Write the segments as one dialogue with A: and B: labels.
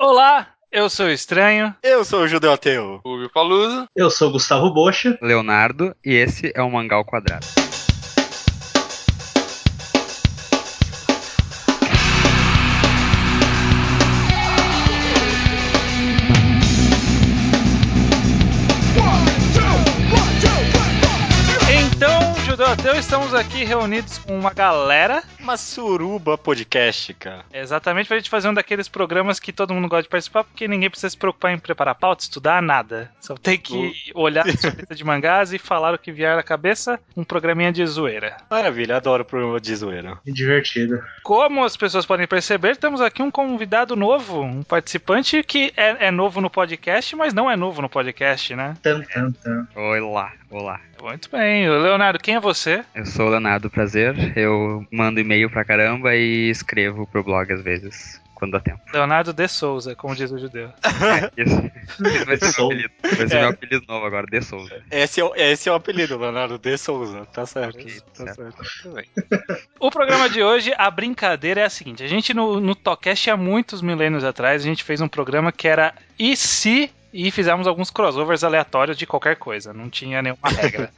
A: Olá, eu sou o Estranho.
B: Eu sou o Judeu Ateu.
C: Hugo Paluso.
D: Eu sou o Gustavo Bocha.
E: Leonardo, e esse é o Mangal Quadrado.
A: Então, Judeu Ateu, estamos aqui reunidos com uma galera.
B: Uma suruba podcast, cara.
A: Exatamente pra gente fazer um daqueles programas que todo mundo gosta de participar, porque ninguém precisa se preocupar em preparar pauta, estudar nada. Só tem que olhar a sua lista de mangás e falar o que vier na cabeça, um programinha de zoeira.
B: Maravilha, adoro o programa de zoeira.
D: E divertido.
A: Como as pessoas podem perceber, temos aqui um convidado novo, um participante que é, é novo no podcast, mas não é novo no podcast, né?
D: Tam, tam, tam.
E: Olá, olá.
A: Muito bem. Ô, Leonardo, quem é você?
E: Eu sou o Leonardo Prazer. Eu mando e-mail pra caramba e escrevo pro blog às vezes, quando dá tempo.
A: Leonardo de Souza, como diz o judeu.
E: Isso. Esse vai ser meu
D: Sou.
E: apelido. Vai ser
B: É.
E: meu apelido novo agora, The Souza.
B: Esse é, o- esse é o apelido, Leonardo de Souza. Tá certo.
E: Ok,
B: tá certo. Tudo bem.
A: O programa de hoje, a brincadeira é a seguinte: a gente no, no Tocast há muitos milênios atrás, a gente fez um programa que era E se? E fizemos alguns crossovers aleatórios de qualquer coisa, não tinha nenhuma regra.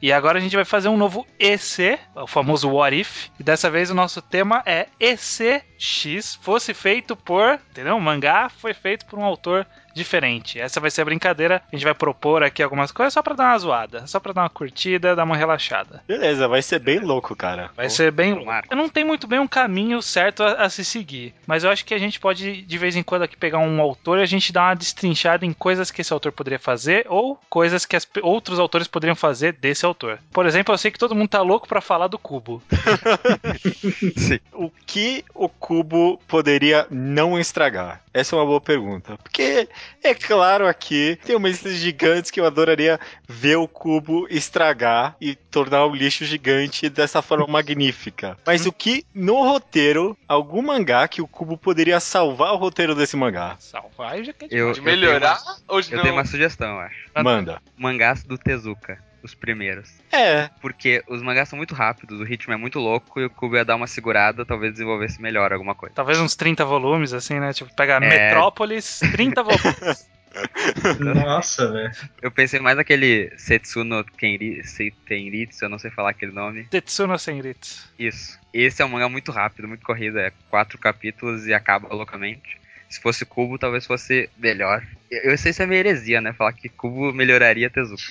A: e agora a gente vai fazer um novo EC, o famoso What If, e dessa vez o nosso tema é ECX fosse feito por. Entendeu? Um mangá foi feito por um autor diferente. Essa vai ser a brincadeira. A gente vai propor aqui algumas coisas só pra dar uma zoada, só pra dar uma curtida, dar uma relaxada.
B: Beleza, vai ser bem louco, cara.
A: Vai ser bem louco.
E: Tomara.
A: Eu não tenho muito bem um caminho certo a, a se seguir, mas eu acho que a gente pode de vez em quando aqui pegar um autor e a gente dar uma destrinchada em coisas que esse autor poderia fazer ou coisas que as pe- outros autores poderiam fazer desse autor. Por exemplo, eu sei que todo mundo tá louco pra falar do Cubo.
B: O que o cubo poderia não estragar? Essa é uma boa pergunta. Porque, é claro, aqui tem uma lista de gigantes que eu adoraria ver o cubo estragar e tornar o lixo gigante dessa forma magnífica. Mas o que no roteiro, algum mangá que o cubo poderia salvar o roteiro desse mangá?
A: Salvagem que é
E: Eu,
C: De
E: eu tenho
C: melhorar
E: uma-
C: ou de
E: Eu
C: não?
E: tenho uma sugestão, eu acho.
B: Manda.
E: Mangás do Tezuka, os primeiros.
B: É,
E: Porque os mangás são muito rápidos, o ritmo é muito louco e o Kubo ia dar uma segurada, talvez desenvolvesse melhor alguma coisa.
A: Talvez uns 30 volumes, assim, né? Tipo, pega
C: É.
A: Metrópolis, 30 volumes.
D: Nossa, velho.
E: Eu pensei mais naquele Setsuno Kenri- Seitenritsu, eu não sei falar aquele nome.
A: Tetsuno Senritsu.
E: Isso. Esse é um mangá muito rápido, muito corrido, é quatro capítulos e acaba loucamente. Se fosse Cubo, talvez fosse melhor. Eu, eu sei se é meio heresia, né? Falar que Cubo melhoraria Tezuka.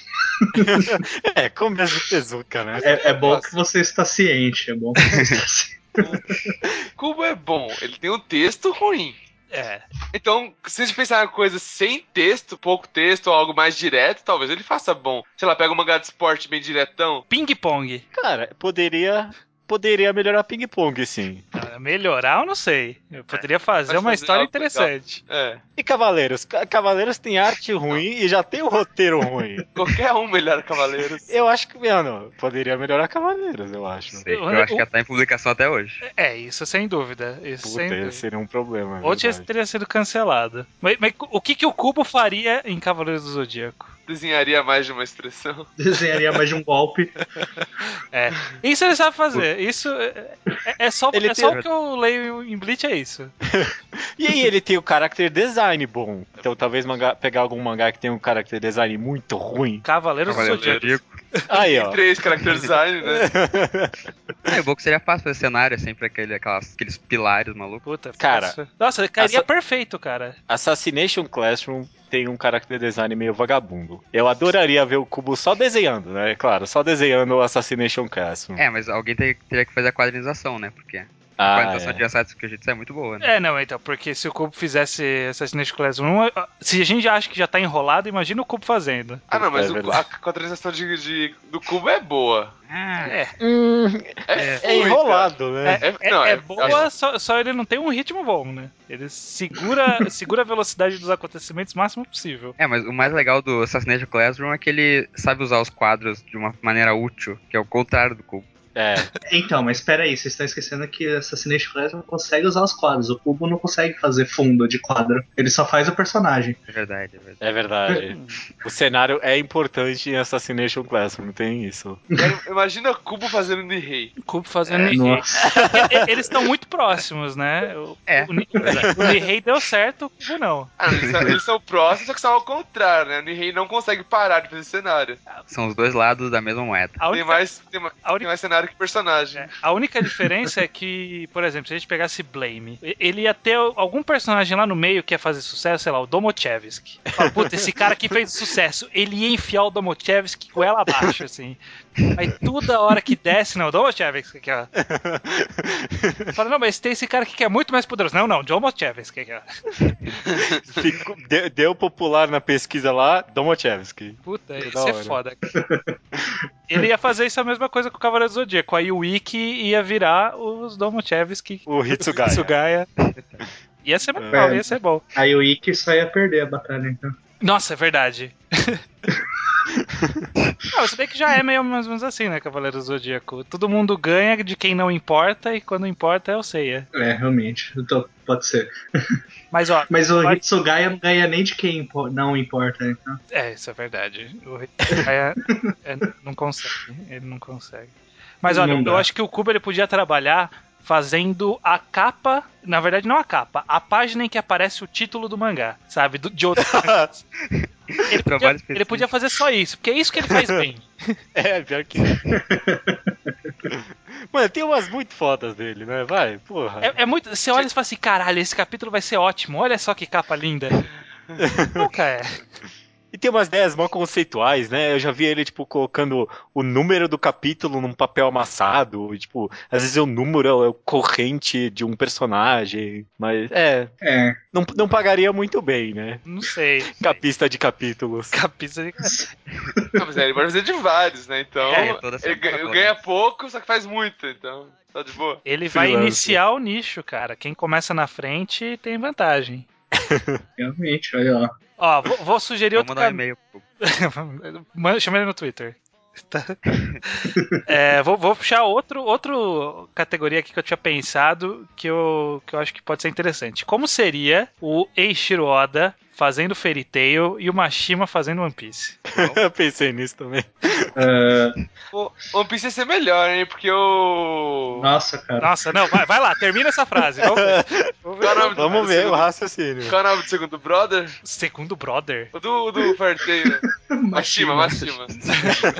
B: é, começo do Tezuka, né?
D: É, é bom que você está ciente. É bom que você está ciente.
C: Cubo é bom, ele tem um texto ruim.
A: É.
C: Então, se vocês pensarem em coisa sem texto, pouco texto ou algo mais direto, talvez ele faça bom. Sei lá, pega um mangá de esporte bem diretão.
A: Ping Pong.
B: Cara, poderia. Poderia melhorar ping-pong, sim.
A: Cara, Ah, Melhorar, eu não sei. Eu poderia fazer uma
C: Vai É. fazer
A: história
C: algo legal.
A: interessante.
C: É.
B: E Cavaleiros? Ca- Cavaleiros tem arte ruim e já tem o roteiro ruim.
C: Qualquer um melhora Cavaleiros.
B: Eu acho que, mano, poderia melhorar Cavaleiros, eu
E: Não
B: acho.
E: sei. Eu acho que ela tá em publicação até hoje.
A: É, isso sem dúvida. Isso
B: Puta,
A: sem
B: esse
A: dúvida.
B: seria um problema. é
A: Ou tinha-
B: verdade.
A: teria sido cancelado. Mas, mas o que, que o Cubo faria em Cavaleiros do Zodíaco?
C: Desenharia mais de uma expressão.
D: Desenharia mais de um golpe.
A: Isso ele sabe fazer. Isso é, é- é só,
B: Ele
A: é só
E: tem-
A: o que eu leio em Bleach, é isso.
B: E aí ele tem o character design bom. Então talvez mangá- pegar algum mangá que tem um character design muito ruim.
A: Cavaleiros,
E: Cavaleiros
A: do
E: do
A: Zodíaco.
E: Zodíaco.
B: Aí, ó.
C: Três caracteres design, né?
E: É, o bom que seria fácil fazer cenário, é sempre aquele, aquelas, aqueles pilares malucos.
A: Puta,
B: Cara,
A: nossa. Nossa, cairia
B: essa-
A: perfeito, cara.
B: Assassination Classroom tem um character design meio vagabundo. Eu adoraria ver o Cubo só desenhando, né? Claro, só desenhando o Assassination Classroom.
E: É, mas alguém ter- teria que fazer a quadrinização, né? Porque a
B: Ah,
E: quadrinização de Asatsu Kyojitsu é muito boa, né?
A: É, não, então, porque se o Cubo fizesse Assassination Classroom 1, se a gente já acha que já tá enrolado, imagina o Cubo fazendo.
C: Ah, não, mas
B: É
C: o- a
B: verdade.
C: quadrinização de, de- do Cubo é boa.
E: Ah,
A: É,
C: É,
B: é
C: fluida.
B: enrolado, né?
A: É,
C: É-
A: é-
C: não,
A: é
C: é-
A: boa, só, só ele não tem um ritmo bom, né? Ele segura, segura a velocidade dos acontecimentos o máximo possível.
E: É, mas o mais legal do Assassination Classroom é que ele sabe usar os quadros de uma maneira útil, que é o contrário do Cubo.
B: É,
D: Então, mas espera aí, vocês estão esquecendo que Assassination Class não consegue usar os quadros. O cubo não consegue fazer fundo de quadro. Ele só faz o personagem.
E: É verdade, é verdade.
B: é verdade. O cenário é importante em Assassination Classroom, tem isso.
C: Cara, imagina Cubo fazendo de rei.
A: Cubo fazendo
D: É
A: Nihei.
D: Nossa.
A: E- e- É, Eles estão muito próximos, né? O,
E: É.
A: o, Ni- o Nihei deu certo, o Cubo não.
C: Ah, eles, são- eles são próximos, só que são ao contrário, né? O rei não consegue parar de fazer cenário.
E: São os dois lados da mesma moeda.
A: A
C: Tem
A: única,
C: mais, tem, mais,
A: a
C: tem
A: única,
C: mais cenário que personagem.
A: é, a única diferença é que, por exemplo, se a gente pegasse Blame, e- ele ia ter algum personagem lá no meio que ia fazer sucesso, sei lá, o Domochevsky. Fala, Puta, esse cara que fez sucesso, ele ia enfiar o Domochevsky com ela abaixo, assim. Aí toda hora que desce, não, Domochevsky aqui, ó. Fala, não, mas tem esse cara aqui que é muito mais poderoso. Não, não, Domochevsky aqui, ó.
B: Ficou- de- deu popular na pesquisa lá, Domochevsky.
A: Puta,
B: Que
A: isso
B: da
A: é
B: hora.
A: foda. Ele ia fazer isso a mesma coisa com o Cavaleiro do Zodíaco. Aí o Wiki ia virar os Domochevsky,
B: O Hitsugaya.
A: Sugaya. Ia ser muito
B: É.
A: bom, ia ser bom.
D: Aí o Ikki só ia perder a batalha, então.
A: Nossa, é verdade. não, se bem que já é meio mais ou menos assim, né, Cavaleiro do Zodíaco? Todo mundo ganha de quem não importa, e quando importa é o Seiya.
D: É, realmente. Então, pode ser.
A: Mas ó,
D: Mas o
A: Vai-
D: Hitsugaya não ganha nem de quem impo- não importa, então.
A: É, isso é verdade. O Hitsugaya é, não consegue. Ele não consegue. Mas olha,
D: Não dá.
A: eu acho que o Kubo ele podia trabalhar fazendo a capa. Na verdade, não a capa, a página em que aparece o título do mangá, sabe? Do, de outro. ele,
E: Trabalho
A: podia,
E: específico.
A: ele podia fazer só isso, porque é isso que ele faz bem.
B: É, pior que. Mano, tem umas muito fodas dele, né? Vai, porra.
A: É, é muito. Você olha e fala assim: caralho, esse capítulo vai ser ótimo, olha só que capa linda. Nunca é.
B: E tem umas ideias mal conceituais, né? Eu já vi ele, tipo, colocando o número do capítulo num papel amassado. E, tipo, às vezes o número é o corrente de um personagem. Mas, é,
D: É,
B: não, não pagaria muito bem, né?
A: Não sei.
B: Capista de capítulos.
A: Capítulo de
C: Ah, mas é, ele pode fazer de vários, né? Então,
E: É, toda
C: ele
E: semana,
C: ga-
E: toda.
C: ganha pouco, só que faz muito, então tá de boa.
A: Ele vai
B: Freelancer.
A: iniciar o nicho, cara. Quem começa na frente tem vantagem.
D: realmente, olha lá.
A: Ó, vou, vou sugerir
E: Vou
A: outro
E: mandar um
A: caminho.
E: e-mail. pro-
A: Manda- Chama ele no Twitter. Tá. É, vou, vou puxar outro, outro categoria aqui que eu tinha pensado que eu, que eu acho que pode ser interessante. Como seria o Eiichiro Oda fazendo Fairy Tail e o Mashima fazendo One Piece?
B: Eu pensei nisso também.
D: Ah,
C: O One Piece ia ser melhor, hein? Porque o.
D: nossa, cara.
A: Nossa, não, vai, vai lá, termina essa frase. Vamos ver.
C: Qual é o nome do-
B: Vamos
C: do
B: ver o
C: segundo-
B: raciocínio.
C: Qual é o nome do segundo brother?
A: Segundo brother.
C: O do, o do né? Farteio. Mashima, Mashima.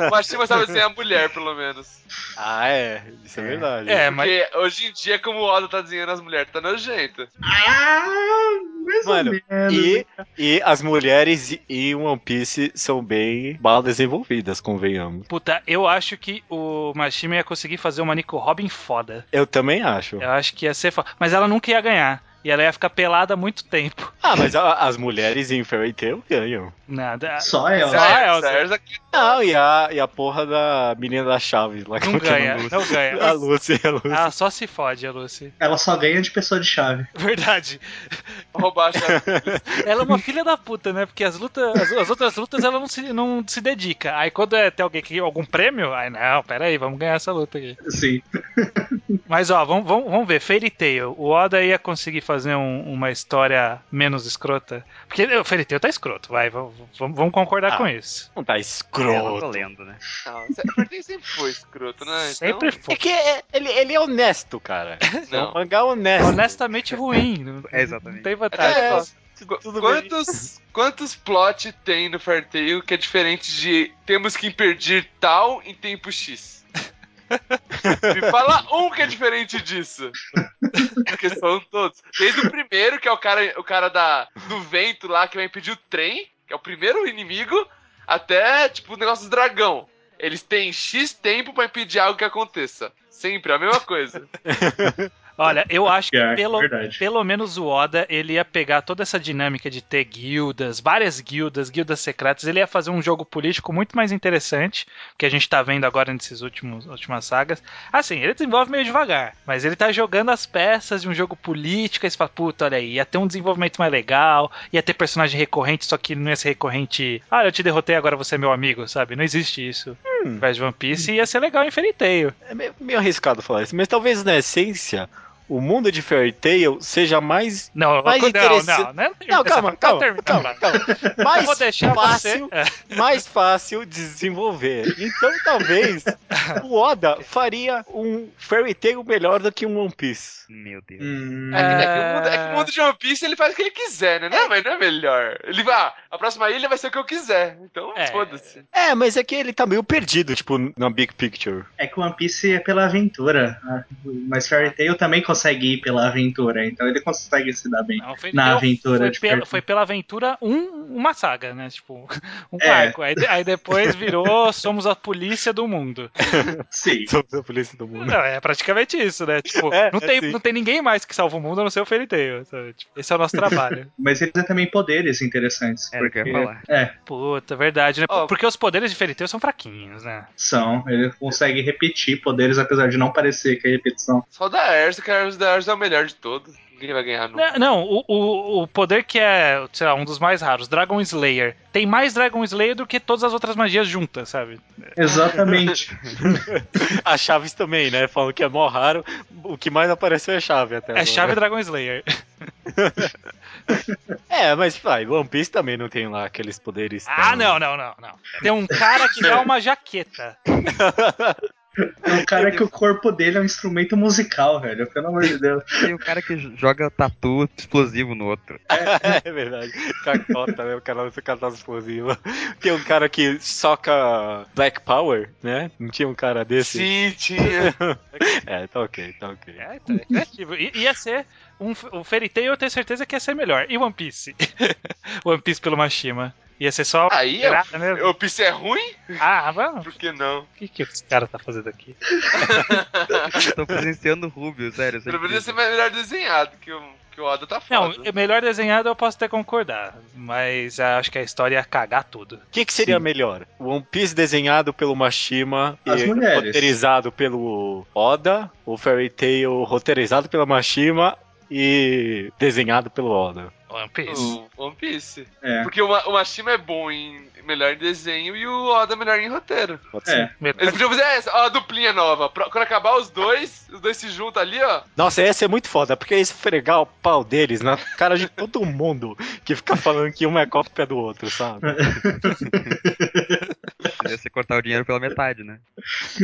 C: Mashima sabe ser a mulher, pelo menos.
B: Ah, é. Isso é, verdade.
A: É, mas.
C: Porque hoje em dia, como o Oda tá desenhando as mulheres, tá nojento.
D: Ah, mais ou
B: Mano,
D: menos. né,
B: E, e as mulheres em One Piece são bem mal desenvolvidas, convenhamos.
A: Puta, eu acho que o Mashima ia conseguir fazer uma Nico Robin foda.
B: Eu também acho.
A: Eu acho que ia ser foda. Mas ela nunca ia ganhar. E ela ia ficar pelada há muito tempo.
B: Ah, mas a- as mulheres em Fairy Tail ganham.
A: Nada.
D: Só ela.
A: Só a Elsa.
C: Certo, certo.
B: Não, e a, e a porra da menina da Chaves lá.
A: Não
B: como que é o
A: ganha,
B: nome?
A: não ganha.
B: A Lucy, a Lucy.
A: Ah, só se fode a Lucy.
D: Ela só ganha de pessoa de chave.
A: Verdade.
C: Roubar a chave.
A: Ela é uma filha da puta, né? Porque as lutas, as, as outras lutas ela não se, não se dedica. Aí quando é, tem alguém que algum prêmio, aí não, pera aí, vamos ganhar essa luta aqui.
D: Sim.
A: Mas ó, vamos, vamos, vamos ver, Fairy Tail. O Oda ia conseguir fazer um- uma história menos escrota. Porque o Fairy Tail tá escroto, vai, vamos, vamos- vamos concordar
B: Ah,
A: com isso.
B: Não tá
E: Eu não tô
B: escroto.
E: lendo, né?
C: Não, o Farteio sempre foi escroto, né? Então,
A: Sempre foi.
B: É que é- ele, ele é honesto, cara. É um
C: Não.
B: mangá honesto.
A: honestamente ruim. Não-
E: É, exatamente.
A: Não tem vantagem.
B: É,
C: Tá,
B: tu-
C: Qu-
B: tudo bem.
C: quantos, quantos plot tem no Farteio que é diferente de temos que impedir tal em tempo X? Me fala um que é diferente disso. Porque são todos. Desde o primeiro, que é o cara, o cara da, do vento lá, que vai impedir o trem, que é o primeiro inimigo, até, tipo, o negócio do dragão. Eles têm X tempo pra impedir algo que aconteça. Sempre, é a mesma coisa.
A: Olha, eu acho que
D: É,
A: pelo,
D: verdade.
A: pelo menos o Oda ele ia pegar toda essa dinâmica de ter guildas, várias guildas, guildas secretas, ele ia fazer um jogo político muito mais interessante, que a gente tá vendo agora nessas últimos, últimas sagas. Assim, ele desenvolve meio devagar, mas ele tá jogando as peças de um jogo político, aí você fala, puta, olha aí, ia ter um desenvolvimento mais legal, ia ter personagem recorrente, só que não ia ser recorrente, ah, eu te derrotei, agora você é meu amigo, sabe? Não existe isso. Ao invés de One Piece ia ser legal em Fairy Tail.
B: É meio, meio arriscado falar isso, mas talvez na essência o mundo de Fairy Tail seja mais.
A: Não,
B: Mas
A: não,
B: interessa-
A: não, é não.
B: Não, calma, calma,
A: termina,
B: calma, calma. Mais
A: Eu vou deixar
B: fácil,
A: você. É.
B: mais fácil de desenvolver. Então talvez o Oda faria um Fairy Tail melhor do que um One Piece.
E: Meu Deus.
D: Hum,
A: É.
C: É que, o mundo, é que o mundo de One Piece ele faz o que ele quiser, né? Não, mas não é melhor. Ele vai, ah, a próxima ilha vai ser o que eu quiser. Então,
A: É.
C: foda-se.
B: É, mas é que ele tá meio perdido, tipo, na Big Picture.
D: É que One Piece é pela aventura, né? mas Fairy Tail também consegue ir pela aventura, então ele consegue se dar bem.
A: Não, foi,
D: Na
A: eu-
D: aventura
A: foi
D: de
A: pela,
D: Percy.
A: foi pela aventura um, uma saga, né? Tipo, um
D: É.
A: arco. Aí, de- aí depois virou somos a polícia do mundo.
D: Sim.
B: Somos a polícia do mundo.
A: Não, é praticamente isso, né? Tipo,
B: É,
A: não,
B: é
A: tem,
B: sim.
A: não tem ninguém mais que salva o mundo a não ser o Fairy Tail. sabe? Tipo, esse é o nosso trabalho.
D: Mas ele tem também poderes interessantes.
E: É, era o que eu ia falar.
D: É,
A: Puta, verdade, né?
C: Ó.
A: Porque os poderes de Fairy Tail são fraquinhos, né?
D: são. Ele consegue repetir poderes, apesar de não parecer que é repetição.
C: Só o da Erso, que a Erso da Erso é o melhor de todos. Ninguém vai ganhar nunca.
A: Não, Né, não, o, o, o poder que é, sei lá, um dos mais raros, Dragon Slayer. Tem mais Dragon Slayer do que todas as outras magias juntas, sabe?
D: Exatamente.
B: A Chaves também, né? Falam que é mó raro. O que mais apareceu é a chave até
A: É
B: agora.
A: chave Dragon Slayer.
B: É, mas vai, One Piece também não tem lá aqueles poderes.
A: Ah,
B: tão-
A: não, não, não, não. Tem um cara que dá uma jaqueta.
D: É um cara que o corpo dele é um instrumento musical, velho. Pelo amor de Deus.
E: Tem o cara que joga tatu explosivo no outro.
B: é verdade. Cacota, né? O cara usa cartaz explosiva. Tem um cara que soca Black Power, né? Não tinha um cara desse?
C: Sim, tinha.
B: É, tá ok, tá ok.
A: É, tá, é criativo. I- ia ser um, f- o Fairy Tail, eu tenho certeza que ia ser melhor. E One Piece? One Piece pelo Mashima. Ia ser só.
C: Aí Ah, eu,
A: pirata mesmo.
C: eu piso é ruim?
A: Ah, vamos.
C: Por que não?
A: O que, que esse cara tá fazendo aqui?
E: Eu tô presenciando o Rubio, sério. isso é
C: Pelo menos ia ser
E: incrível.
C: melhor desenhado, que o, que o Oda tá
A: Não, é
C: foda.
A: melhor desenhado eu posso até concordar. Mas ah, acho que a história ia cagar tudo.
B: O que, que seria melhor? One Piece desenhado pelo Mashima
D: As
B: e
D: mulheres.
B: roteirizado pelo Oda, o Fairy Tail roteirizado pela Mashima e desenhado pelo Oda.
A: One Piece.
C: O One Piece.
D: É.
C: Porque o, Ma- o Mashima é bom em melhor em desenho e o Oda é melhor em roteiro.
B: Pode
D: É.
B: ser.
C: Eles podiam fazer essa, ó, a duplinha nova. Pro- Quando acabar os dois, os dois se juntam ali, ó.
B: Nossa, essa é muito foda, porque ia esfregar o pau deles na cara de todo mundo que fica falando que um é cópia do outro, sabe?
E: Ia ser cortar o dinheiro pela metade, né?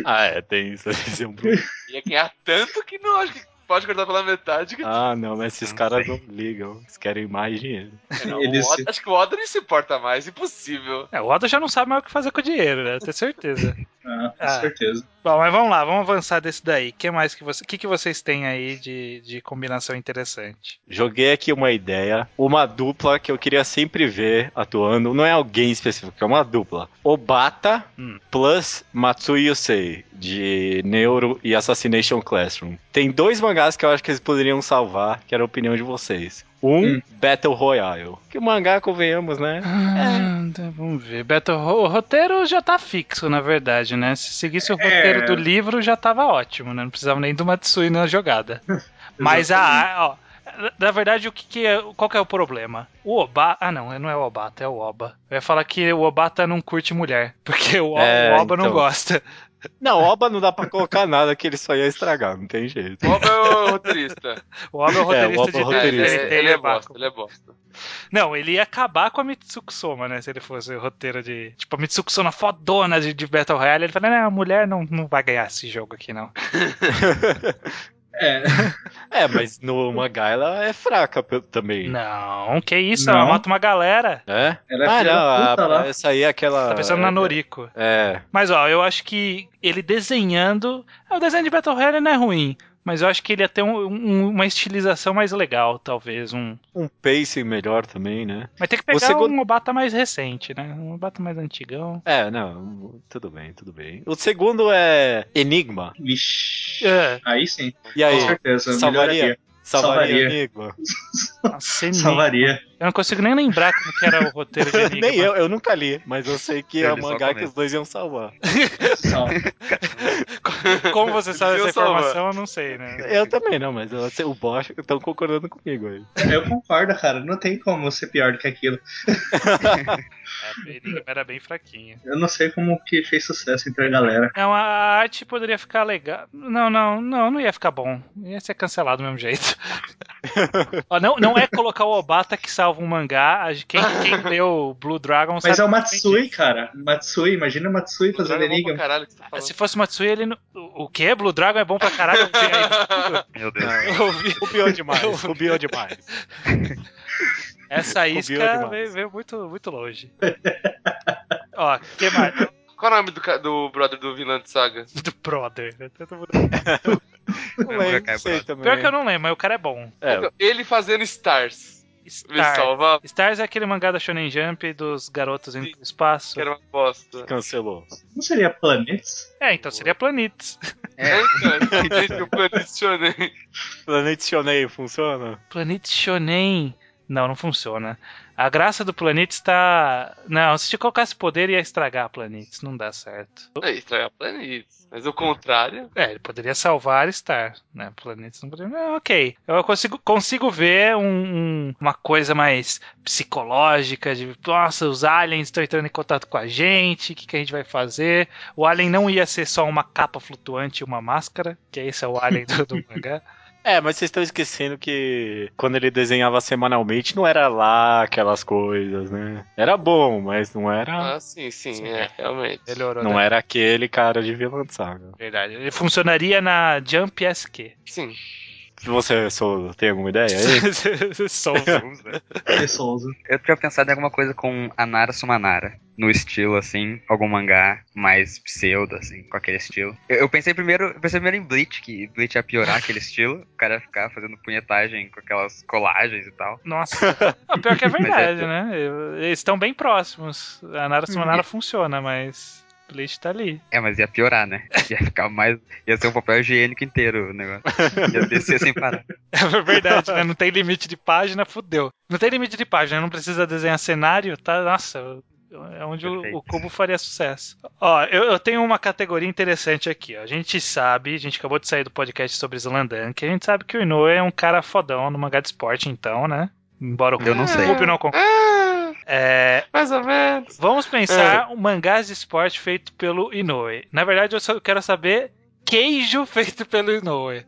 B: ah, é, tem isso. Esse é um problema.
C: Ia ganhar tanto que não, acho que pode cortar pela metade. Que...
B: Ah, não, mas esses
E: Não
B: caras não ligam. Eles querem mais dinheiro.
C: Não,
D: ele
C: o Oda- acho que o Oda nem se importa mais, impossível.
A: É, o Oda já não sabe mais o que fazer com o dinheiro, né? Eu Tenho certeza.
D: Ah, com
A: Ah.
D: certeza.
A: Bom, mas vamos lá, vamos avançar desse daí. O que mais que você, que que vocês têm aí de, de combinação interessante?
B: Joguei aqui uma ideia, uma dupla que eu queria sempre ver atuando. Não é alguém específico, é uma dupla. Obata
A: Hum.
B: plus Matsui Yusei, de Neuro e Assassination Classroom. Tem dois mangás que eu acho que eles poderiam salvar, que era a opinião de vocês. Um,
D: Hum.
B: Battle Royale. Que mangá, convenhamos, né?
A: Ah, tá, vamos ver. Battle Ro- o roteiro já tá fixo, na verdade, né? Se seguisse
B: É.
A: o roteiro do livro, já tava ótimo, né? Não precisava nem do Matsui na jogada. Mas a. Ó, na verdade, o que, que é. Qual que é o problema? O Oba. Ah, não, não é o Obata, é o Oba. Eu ia falar que o Obata não curte mulher. Porque o, O-
B: É,
A: o Oba não
B: então.
A: gosta.
B: Não, Oba não dá pra colocar nada que ele só ia estragar, não tem jeito.
C: O Oda é o roteirista.
A: O Oba é o
B: É, o
A: roteirista
B: Oba é
A: de
B: o roteirista.
C: É,
A: Ele,
C: ele, ele é bosta, ele é bosta.
A: Não, ele ia acabar com a Mitsuko Soma, né? Se ele fosse o roteiro de. Tipo, a Mitsuko Soma fodona de, de Battle Royale. Ele fala, não, a mulher não, não vai ganhar esse jogo aqui, não.
D: É,
B: É, mas no mangá ela é fraca pe- também.
A: Não, que isso? Ela
D: Não.
A: mata uma galera.
B: É?
D: Ela
E: Ah,
D: é filha da puta lá.
B: essa aí é aquela.
A: Tá pensando na Noriko.
B: É.
A: Mas ó, eu acho que ele desenhando. ah, O desenho de Battle Royale não é ruim. Mas eu acho que ele ia ter um- um- uma estilização mais legal, talvez. Um...
B: Um pacing melhor também, né?
A: Mas tem que pegar
B: O segundo-
A: um Obata mais recente, né? Um Obata mais antigão.
B: É, não, tudo bem, tudo bem. O segundo é Enigma.
D: vixi.
A: É.
D: Aí sim,
B: E
D: com
B: aí,
D: certeza.
B: salvaria?
D: Melhoraria.
B: salvaria
D: salvaria.
B: Enigma?
A: A Senil.
D: Salvaria.
A: é Eu não consigo nem lembrar como que era o roteiro de Enigma.
B: Nem eu, eu nunca li, mas eu sei que é o
E: Ele só
B: mangá que
E: comenta.
B: os dois iam salvar.
D: Sal-
A: Como você sabe
C: Viu,
A: essa
C: Salva?
A: informação, eu não sei, né?
B: Eu também não, mas eu, sei- o Bosch estão concordando comigo aí.
D: Eu concordo, cara. Não tem como ser pior do que aquilo.
A: A Enigma É, era bem fraquinha.
D: Eu não sei como que fez sucesso entre a galera.
A: Não, a É, arte poderia ficar legal. Não, não, não, não ia ficar bom. Ia ser cancelado do mesmo jeito. Ó, não, não é colocar o Obata que salva um mangá. A gente- Quem, quem leu Blue Dragon
D: Mas
A: sabe
D: é o
A: muito bem
D: Matsui,
A: disso.
D: cara. Matsui, imagina o Matsui fazendo
C: Dragon Ball pra
D: Enigma.
C: caralho, que você tá falando.
A: É, Se fosse o Matsui, ele. não- O o quê? Blue Dragon é bom pra caralho. Eu ouvi aí é
E: Meu Deus.
C: é.
A: tudo. Eu ouvi.
B: Rubiou demais, rubiou demais.
A: Essa isca
B: demais.
A: veio, veio muito, muito longe. Ó, que mais?
C: Qual é o nome do, ca- do brother do vilão de saga?
A: Do brother. né? Todo mundo-
B: Não lembro,
E: Murakami
B: não sei
E: Brother.
B: também.
A: Pior que eu não lembro, mas o cara é bom.
B: É,
C: Então, ele fazendo Stars. Me
A: Star.
C: salva,
A: Stars é aquele mangá da Shonen Jump dos garotos indo
C: Sim.
A: pro espaço.
C: que era uma bosta.
B: cancelou.
D: Não seria Planets?
A: É, então seria Planets.
C: É,
E: É,
C: então, gente, o Planet Shonen.
B: Planet Shonen funciona?
A: Planet Shonen. Não, não funciona. A graça do Planets tá. Não, se te colocasse poder ia estragar Planets. Não dá certo.
C: É, estragar planetas. Mas o contrário.
A: É, ele poderia salvar Star, né? Planetas não poderia. Não, ok. Eu consigo, consigo ver um- um- uma coisa mais psicológica de nossa, os aliens estão entrando em contato com a gente, o que, que a gente vai fazer? O alien não ia ser só uma capa flutuante e uma máscara, que esse é o alien do, do mangá.
B: É, mas vocês estão esquecendo que quando ele desenhava semanalmente não era lá aquelas coisas, né? Era bom, mas não era.
C: Ah, sim, sim,
A: Sim.
C: é, realmente.
A: Melhorou,
B: Não
A: né?
B: era aquele cara de vilã de saga.
A: Verdade. Ele funcionaria na Jump SQ.
C: Sim.
B: Você Souza, tem alguma ideia aí?
A: Solve.
C: né?
D: De Souza.
E: eu tinha pensado em alguma coisa com Anara Sumanara. No estilo, assim, algum mangá mais pseudo, assim, com aquele estilo. Eu, eu pensei primeiro eu pensei primeiro em Bleach, que Bleach ia piorar aquele estilo. O cara ia ficar fazendo punhetagem com aquelas colagens e tal.
A: Nossa. Ah, pior que é verdade,
E: Mas é-
A: né? Eu- Eles estão bem próximos. A Nara Sumanara funciona, mas Bleach tá ali.
E: É, mas ia piorar, né? Ia ficar mais. Ia ser um papel higiênico inteiro o negócio. Ia descer sem parar.
A: É verdade, né? Não tem limite de página, fudeu. Não tem limite de página, não precisa desenhar cenário, tá? Nossa, é onde o,
E: Perfeito.
A: o cubo faria sucesso. Ó, eu, eu tenho uma categoria interessante aqui, ó. A gente sabe, a gente acabou de sair do podcast sobre Slandan, que a gente sabe que o Inoue é um cara fodão no mangá de esporte, então, né? Embora o
E: Eu não sei.
A: o Cubo não concorde.
C: Ah,
A: É,
C: mais ou menos.
A: Vamos pensar
E: É.
A: um mangás de esporte feito pelo Inoue. Na verdade, eu só quero saber queijo feito pelo Inoue.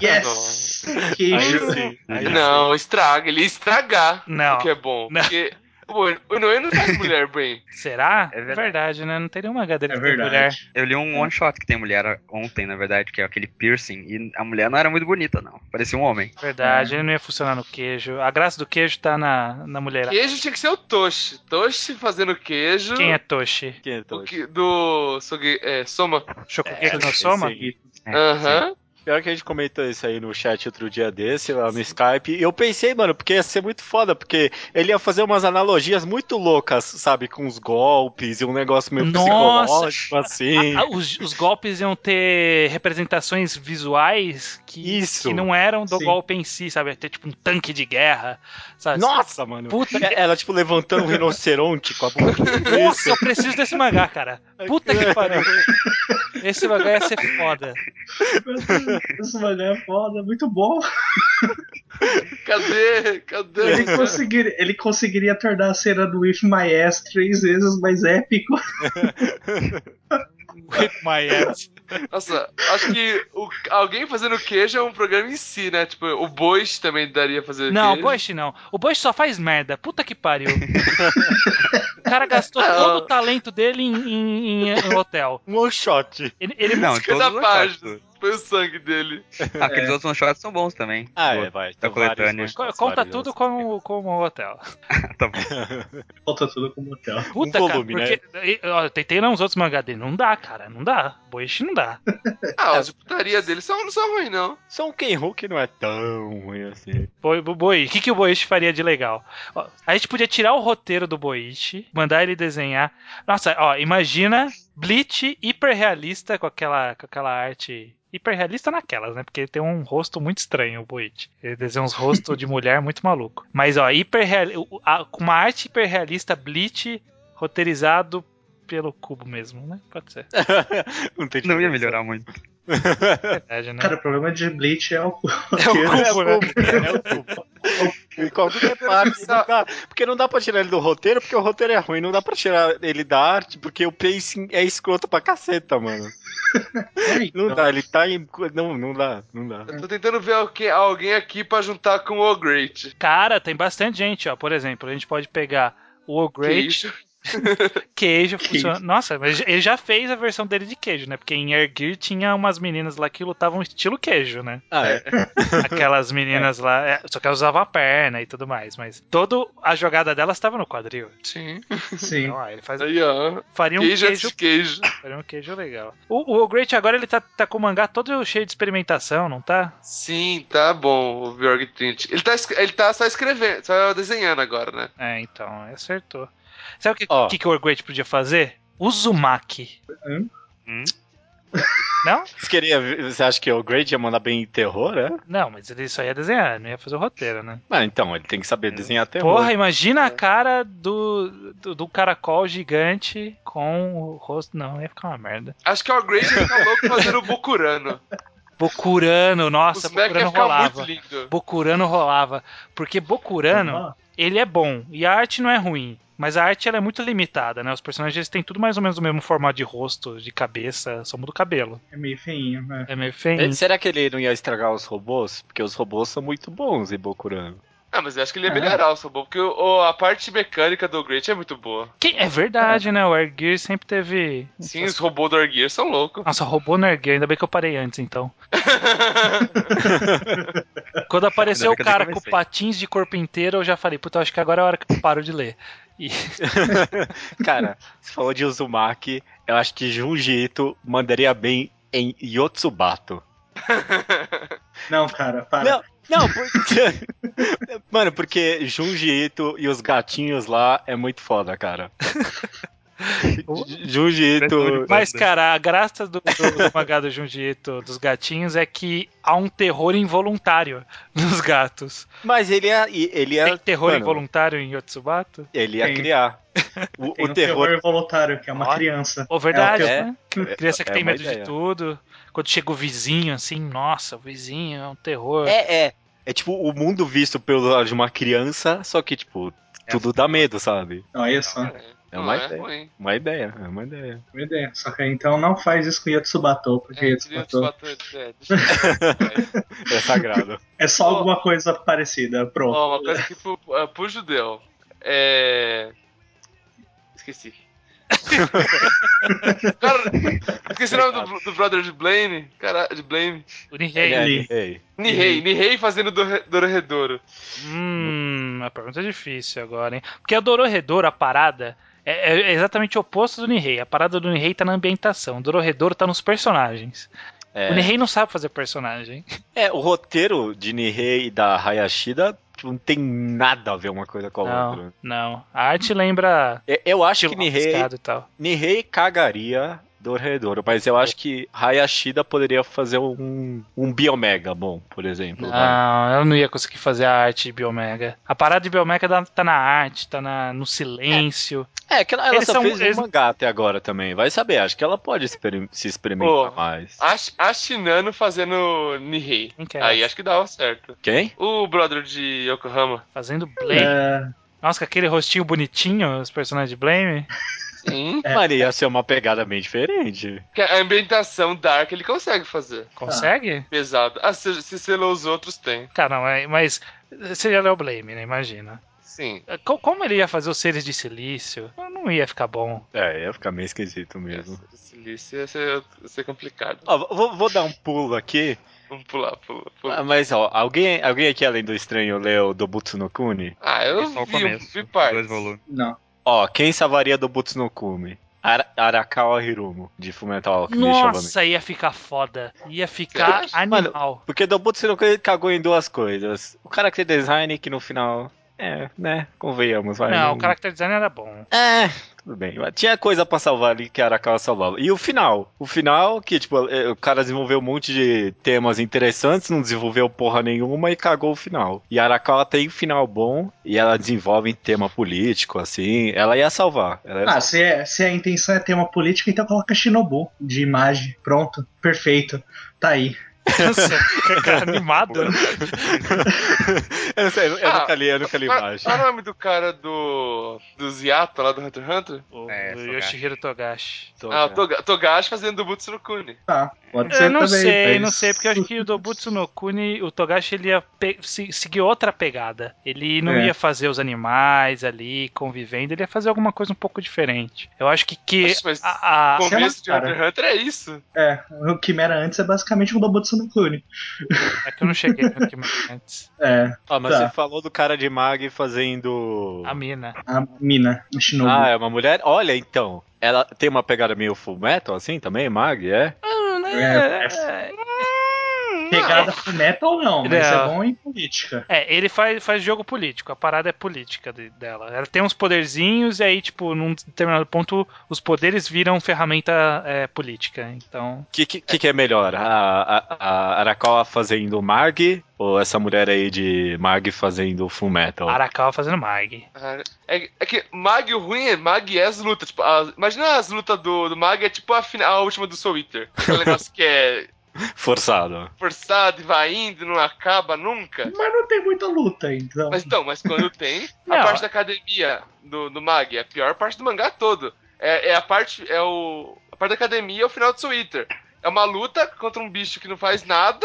D: Yes!
B: Aí
D: Queijo.
B: sim, aí
C: Não, estraga. Ele ia estragar
A: Não.
C: o que é bom.
A: Não.
C: Porque o Inoue não faz mulher bem.
A: Será?
E: É verdade.
A: né? Não tem nenhuma
D: É
A: gadeira que tem mulher.
D: verdade.
E: Eu li um one shot que tem mulher ontem, na verdade, que é aquele piercing. E a mulher não era muito bonita, não. Parecia um homem.
A: Verdade, ele não ia funcionar no queijo. A graça do queijo tá na, na mulherada.
C: Queijo tinha que ser o Toshi. Toshi fazendo queijo.
A: Quem é Toshi?
B: Quem é
C: O
B: todo?
C: que, do Sogi, é, Soma.
A: Shokugeki
B: É,
A: no Soma?
B: sim.
E: É,
C: Aham.
B: Pior que a gente comentou isso aí no chat outro dia desse, lá no Skype. E eu pensei, mano, porque ia ser muito foda, porque ele ia fazer umas analogias muito loucas, sabe? Com os golpes e um negócio meio
A: Nossa!
B: psicológico, assim.
A: Ah, os, os golpes iam ter representações visuais que,
B: Isso.
A: que não eram do
D: Sim.
A: golpe em si, sabe? Ia ter tipo um tanque de guerra, sabe?
B: Nossa, mano.
A: Puta,
B: É, Ela, tipo, levantando um rinoceronte com a boca.
A: Nossa, eu preciso desse mangá, cara. Puta que pariu. Esse mangá ia ser foda.
D: Isso, mano, é foda. Muito bom.
C: Cadê? Cadê?
D: Ele conseguiria, ele conseguiria tornar a cena do If My Ass três vezes mais épico.
A: With my ass.
C: Nossa, acho que o- alguém fazendo queijo é um programa em si, né? Tipo, o Bois também daria fazer
A: Não, o
C: queijo.
A: Bush não. O Bush só faz merda. Puta que pariu. O cara gastou todo o talento dele em, em- em hotel.
B: Um one shot.
A: Ele, ele-
E: Não,
C: Esquerda
E: todos os one
C: página.
E: shots.
C: Foi o sangue dele.
E: Ah, Aqueles outros one shots são bons também.
B: Ah,
E: Boa.
B: é, vai.
E: Da
B: tem vários
E: coletânea.
B: one
A: co-
B: shots,
A: conta
B: vários assim.
A: tudo
B: outros.
A: como, como um hotel.
E: tá bom.
D: Falta tudo como hotel.
A: Puta,
B: Um volume, né?
A: cara, porque. Ó, eu tentei ler uns outros mangá dele. Não dá, cara. Não dá. Bush não dá. É.
C: Ah, as putaria dele são, não são ruins, não.
B: Só um Ken Hulk não é tão ruim assim.
A: Boi, boi, o que, que o Boichi faria de legal? Ó, a gente podia tirar o roteiro do Boichi, mandar ele desenhar. Nossa, ó, imagina Bleach hiperrealista com aquela, com aquela arte hiperrealista naquelas, né? Porque ele tem um rosto muito estranho, o Boit. Ele desenha uns rostos de mulher muito maluco. Mas, ó, hiperreal... o- a- com uma arte hiperrealista Bleach roteirizado pelo Cubo mesmo, né? Pode ser. É
B: Não tem
E: Não ia
B: diferença.
E: melhorar muito.
A: verdade, né?
D: Cara, o problema de Bleach é o
A: É o
B: É o
A: Cubo, né?
B: cubo, é o cubo. Em qualquer parte. não dá- porque não dá pra tirar ele do roteiro, porque o roteiro é ruim. Não dá pra tirar ele da arte, porque o pacing é escroto pra caceta, mano. Não dá, ele tá em. Não, não dá, não dá.
C: Eu
A: É.
C: tô tentando ver alguém, alguém aqui pra juntar com o Great.
A: Cara, tem bastante gente, ó. Por exemplo, a gente pode pegar o O
C: Que
A: Great,
C: isso?
A: queijo, funciona. Nossa, mas ele já fez a versão dele de queijo, né? Porque em Ergir tinha umas meninas lá que lutavam estilo queijo, né?
B: Ah, é.
A: Aquelas meninas lá, é, só que elas usavam a perna e tudo mais, mas toda a jogada delas estava no quadril.
C: Sim.
D: Sim.
A: Então, ó, ele faz,
C: Aí, ó.
A: faria um
C: queijo é assim.
A: queijo
C: antes de queijo.
A: Faria um queijo legal. O, o Great agora ele tá, tá com o mangá todo cheio de experimentação, não tá?
C: Sim, tá bom, o Bjorg Trint. Ele tá, es- ele tá só escrevendo, só desenhando agora, né?
A: É, então, acertou. Sabe o que,
B: Ó.
A: que, que o Great podia fazer? O Uzumaki.
E: Hum?
A: Não?
B: Você, queria, ver- você acha que o Grade ia mandar bem em terror, é?
A: Não, mas ele só ia desenhar, não ia fazer o roteiro, né?
B: Ah, então, ele tem que saber desenhar terror.
A: Porra, imagina a cara do, do, do caracol gigante com o rosto. Não, ia ficar uma merda.
C: Acho que o Great ele tá louco fazendo o Bucurano.
A: Bokurano, nossa,
C: Os mecha
A: Bokurano
C: ia ficar muito
A: rolava.
C: lindo.
A: Bokurano rolava. Porque Bokurano,
D: Ó,
A: ele é bom. E a arte não é ruim. Mas a arte ela é muito limitada, né? Os personagens eles têm tudo mais ou menos o mesmo formato de rosto, de cabeça, só muda o cabelo.
D: É meio feinho, né?
A: É meio feio.
B: Ele- Será que ele não ia estragar os robôs? Porque os robôs são muito bons em Bokurano.
C: Ah, mas eu acho que ele ia melhorar o Sobol, porque o- o- a parte mecânica do Great é muito boa.
A: Que- É verdade, né? O Air Gear sempre teve.
C: Sim, os robôs do Argear são loucos.
A: Nossa, roubou no Air Gear, ainda bem que eu parei antes então. Quando apareceu o
E: Ainda bem que eu nem
A: cara com
E: comecei.
A: patins de corpo inteiro, eu já falei, puta, eu acho que agora é a hora que eu paro de ler. E
B: Cara, você falou de Uzumaki, eu acho que Junjito mandaria bem em Yotsubato.
D: Não, cara, para.
B: Não, não, porque. Mano, porque Junji Ito e os gatinhos lá é muito foda, cara. Ju- Junji Ito.
A: Mas, cara, a graça do, do, do mangá do Junji Ito, dos gatinhos, é que há um terror involuntário nos gatos.
B: Mas ele ia. Ele ia
A: Tem terror
B: é- mano,
A: involuntário em Yotsubato?
B: Ele ia
D: Tem.
B: criar. O,
D: Tem um
B: o terror.
D: voluntário, que é uma
A: Ó.
D: criança.
A: Ou verdade,
B: É,
A: né? Criança que
B: é
A: tem
B: uma
A: medo de
B: ideia.
A: tudo. Quando chega o vizinho, assim, nossa, o vizinho é um terror.
B: É, é. É tipo o mundo visto pelo lado de uma criança, só que, tipo, tudo dá medo, sabe?
D: Olha só,
B: É uma
C: Não
B: ideia.
C: ruim.
B: Uma ideia, é uma ideia.
D: uma ideia. Só que então não faz isso com Yatsubato, porque
C: É, seria
D: Yatsubato
C: Yotsubato, é, deixa eu-
B: É sagrado.
D: é só
C: Ó.
D: alguma coisa parecida. Pronto.
C: Ó, uma coisa que pro, é, pro judeu. É. Esqueci. Cara, esqueci o nome do, do brother de Blaine. Cara, de Blaine.
A: O
B: Ele
A: Nihei.
B: é-
D: Ele-
B: ei.
C: Nihei, Nihei fazendo Dor- Dororedoro.
A: Hum, a pergunta é difícil agora, hein? Porque a Dororedor, a parada, é, é exatamente o oposto do Nihei. A parada do Nihei tá na ambientação. O Dororedor tá nos personagens.
B: É.
A: O Nihei não sabe fazer personagem.
B: É, o roteiro de Nihei e da Hayashida tipo, não tem nada a ver uma coisa com a
A: Não,
B: outra.
A: não. A arte lembra
B: É, Eu acho que
A: estilo
B: Nihei,
A: rabiscado e tal.
B: Nihei cagaria Dorredoro, mas eu acho que Hayashida poderia fazer um, um Biomega bom, por exemplo. vai.
A: Não, eu não ia conseguir fazer a arte de Biomega. A parada de Biomega dá- tá na arte, tá na, no silêncio.
B: É, que ela, ela
A: Eles
B: só
A: são-
B: fez
A: eles-
B: um mangá até agora também, vai saber, acho que ela pode experim- se experimentar
C: Ô,
B: mais.
C: Ash- Ashinano fazendo Nihei.
A: Quem que é
C: Aí
A: essa?
C: acho que dava certo.
B: Quem?
C: O brother de Yokohama.
A: Fazendo Blame.
D: É,
A: Nossa, com aquele rostinho bonitinho, os personagens de Blame.
B: Ah.
C: Sim.
D: É.
B: Mano, ia ser uma pegada bem diferente.
C: Que a ambientação dark ele consegue fazer.
A: Consegue?
C: Pesado. Ah, se, se selou os outros, tem.
A: Cara, mas, mas você já leu Blame, né? Imagina.
C: Sim.
A: É, Co- Como ele ia fazer os seres de silício? Não ia ficar bom.
B: É, ia ficar meio esquisito mesmo.
C: Essa Silício ia ser, ia ser complicado.
B: Ó, vou- vou dar um pulo aqui.
C: Vamos pular, pula,
B: Ah,
C: pula.
B: mas ó, alguém, alguém aqui além do estranho leu do Butsu no Kuni?
C: Ah, eu
E: Só é o
C: vi,
E: começo.
C: vi partes.
E: Dois volumes.
D: não.
B: Ó, quem salvaria do Butsu no Kuni? Ara Arakawa Hirumo, de Fullmetal Alchemist Alchemy.
A: Nossa, ia ficar foda. Ia ficar
C: Você
A: animal.
B: Porque do Butsu no Kuni ele cagou em duas coisas. O character design, que no final É, né? Convenhamos, vai.
A: não, o character design era bom.
B: É, tudo bem. Mas tinha coisa pra salvar ali que a Arakawa salvava. E o final? O final, que, tipo, é, o cara desenvolveu um monte de temas interessantes, não desenvolveu porra nenhuma e cagou o final. E a Arakawa tem um final bom e ela desenvolve em tema político, assim. Ela ia salvar. Ela ia
D: Ah, se, é- se a intenção é ter uma política, então coloca Shinobu de imagem. Pronto, perfeito. Tá aí.
A: Nossa, cara, animado. né?
B: eu não sei, eu
C: Ah,
B: nunca li, eu nunca li
C: Qual-
B: imagem.
C: Qual é o nome do cara do. do Ziato lá do Hunter x Hunter?
A: O
E: É, Togashi.
A: Yoshihiro Togashi.
C: ah, o Toga- Togashi fazendo do Butsu no Kune.
D: Tá, pode ser
A: Eu É, não
D: também,
A: sei,
D: mas-
A: não sei, porque eu acho que o Dobutsu no Kuni, o Togashi, ele ia pe- se- seguir outra pegada. Ele não
D: É.
A: ia fazer os animais ali convivendo, ele ia fazer alguma coisa um pouco diferente. Eu acho que. que
C: Nossa, mas
A: a- a-
C: O começo de
D: Chama,
C: Hunter x Hunter é isso.
D: É, o Quimera antes é basicamente um Dobutsu no Clone.
A: é que eu não cheguei aqui antes.
D: É,
B: Ah, mas
D: Tá.
B: você falou do cara de Mag fazendo.
A: A mina.
D: a mina, o Shinobu.
B: Ah, é uma mulher? Olha, então. Ela tem uma pegada meio full metal, assim, também, Mag, é?
A: Ah, né?
D: É. Pegada pro metal não, mas
A: Não.
D: é bom em política.
A: É, ele faz, faz jogo político, a parada é política de- dela. Ela tem uns poderzinhos e aí, tipo, num determinado ponto, os poderes viram ferramenta é, política. Então,
B: O que, que, que que é melhor? A, a, a Arakawa fazendo Mag ou essa mulher aí de Mag fazendo full metal?
A: Arakawa fazendo mag.
C: Ah, É, é que Mag o ruim é Mag e as lutas. Tipo, as- imagina as lutas do, do Mag é tipo a, final, a última do Soul Eater. Aquele negócio que é
B: Forçado.
C: forçado e vai indo, não acaba nunca.
D: Mas não tem muita luta, então.
C: Mas então, mas quando tem, a
A: Não,
C: parte
A: é-
C: da academia do, do Mag é a pior parte do mangá todo. É, é a parte. É o. A parte da academia é o final do Soul Eater. É uma luta contra um bicho que não faz nada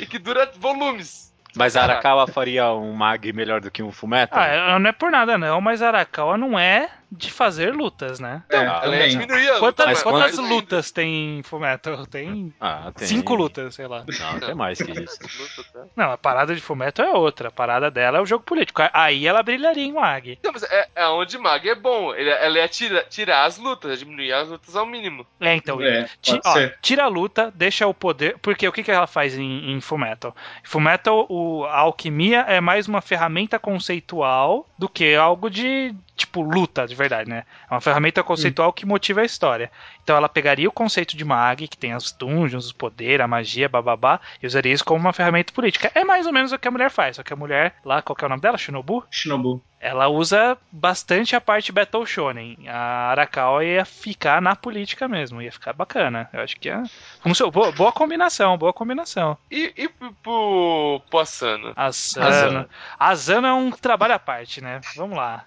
C: e que dura volumes.
B: Mas a
C: Caraca.
B: Arakawa faria um Mag melhor do que um full metal?
A: Ah, ela não é por nada não, mas Arakawa não é de fazer lutas, né?
D: É,
B: Ah,
C: Ela ia
D: também.
C: diminuir a luta,
A: Quantas,
C: mas-
A: quantas
C: mas-
A: lutas tem em Fullmetal? Tem,
B: Ah, tem.
A: cinco lutas, sei lá.
B: Não, tem mais que isso.
C: Luta, tá?
A: Não, a parada de Fullmetal é outra. A parada dela é o jogo político. Aí ela brilharia em Mag.
C: Não, mas é, é onde Mag é bom. Ele, ela ia tira, tirar as lutas, diminuir as lutas ao mínimo.
A: É, então,
D: É,
A: Ti-
D: pode
A: ó,
D: ser.
A: tira a luta, deixa o poder. Porque o que, que ela faz em, em Fullmetal? Em Fullmetal, o, a alquimia é mais uma ferramenta conceitual do que algo de, tipo, luta, de verdade, né? É uma
D: Hum.
A: ferramenta conceitual que motiva a história. Então ela pegaria o conceito de mag, que tem as dungeons, os poderes, a magia, bababá, e usaria isso como uma ferramenta política. É mais ou menos o que a mulher faz, só que a mulher, lá, qual que é o nome dela? Shinobu?
D: Shinobu.
A: ela usa bastante a parte Battle Shonen. A Arakawa ia ficar na política mesmo, ia ficar bacana. Eu acho que é. funcio- Boa, boa combinação, boa combinação.
C: E, e pro- pro pro Asano?
A: A Zana.
B: Asano.
A: A Zana é um trabalho à parte, né? Vamos lá.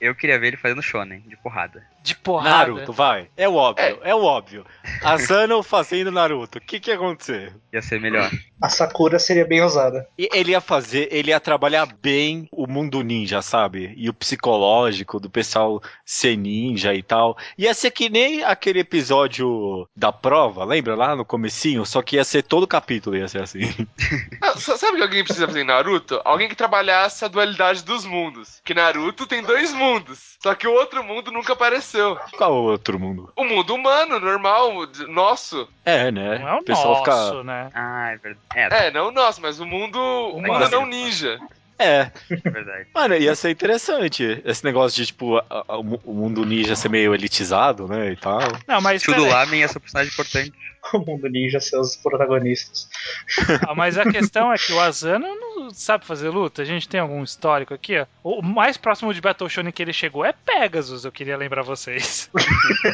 E: Eu queria ver ele fazendo shonen, de porrada.
A: De porrada.
B: Naruto, vai. É o óbvio, é, o óbvio. A Zano fazendo Naruto. O que, que ia acontecer?
E: Ia ser melhor.
D: A Sakura seria bem ousada.
B: E Ele ia fazer, ele ia trabalhar bem o mundo ninja, sabe? E o psicológico do pessoal ser ninja e tal. Ia ser que nem aquele episódio da prova, lembra lá no comecinho? Só que ia ser todo capítulo, ia ser assim.
C: Ah, sa- sabe o que alguém precisa fazer em Naruto? Alguém que trabalhasse a dualidade dos mundos. Que Naruto tem dois mundos. Só que o outro mundo nunca apareceu.
B: Qual o outro mundo?
C: O mundo humano, normal, o de- nosso.
B: É, né?
A: Não é o
B: pessoal
A: nosso,
B: fica-
A: né?
E: Ah, é verdade.
C: É, não o nosso, mas o mundo. O
A: Humano.
C: mundo não ninja.
B: É,
E: É, é verdade.
B: mano, ia ser interessante. Esse negócio de, tipo, a- a- o mu- o mundo ninja ser meio elitizado, né? E tal.
A: Não, mas,
E: Tudo
A: peraí.
E: Lamen é seu personagem importante.
D: O mundo ninja, seus protagonistas.
A: Ah, mas a questão é que o Asano não sabe fazer luta. A gente tem algum histórico aqui, ó. O mais próximo de Battle Shonen que ele chegou é Pegasus, eu queria lembrar vocês.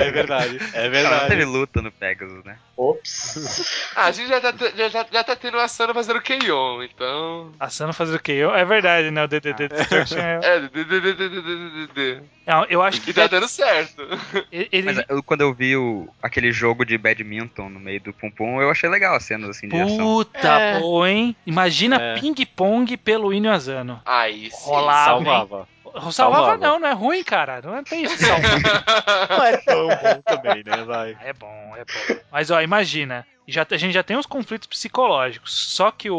B: é verdade, é
E: Não, não teve
B: verdade.
E: luta no Pegasus, né?
D: Ops.
C: Ah, a gente já tá, te- já, já, já tá tendo o Asano fazendo Keion, então.
A: Asano fazer o quê? Eu- É verdade, né? O DDD Destruction é
C: É, d- d- d- d- d- d- d- d-
A: Não, eu acho que
C: e tá dando certo.
A: ele, ele-
B: é
A: é
E: Mas eu- quando eu vi o- aquele jogo de badminton no meio do Pum Pum, eu achei legal as cenas assim de ação.
A: Puta,
B: É.
A: boa, hein? Imagina
B: É.
A: ping-pong pelo Inio Asano.
C: Aí sim.
A: Rolar.
B: Salvava.
A: Salvava,
B: Salvava.
A: não, não é ruim, cara. Não tem isso de salvar.
B: Não é tão bom também, né? Vai.
A: é bom, é bom. Mas, ó, imagina. já, a gente já tem uns conflitos psicológicos. Só que o,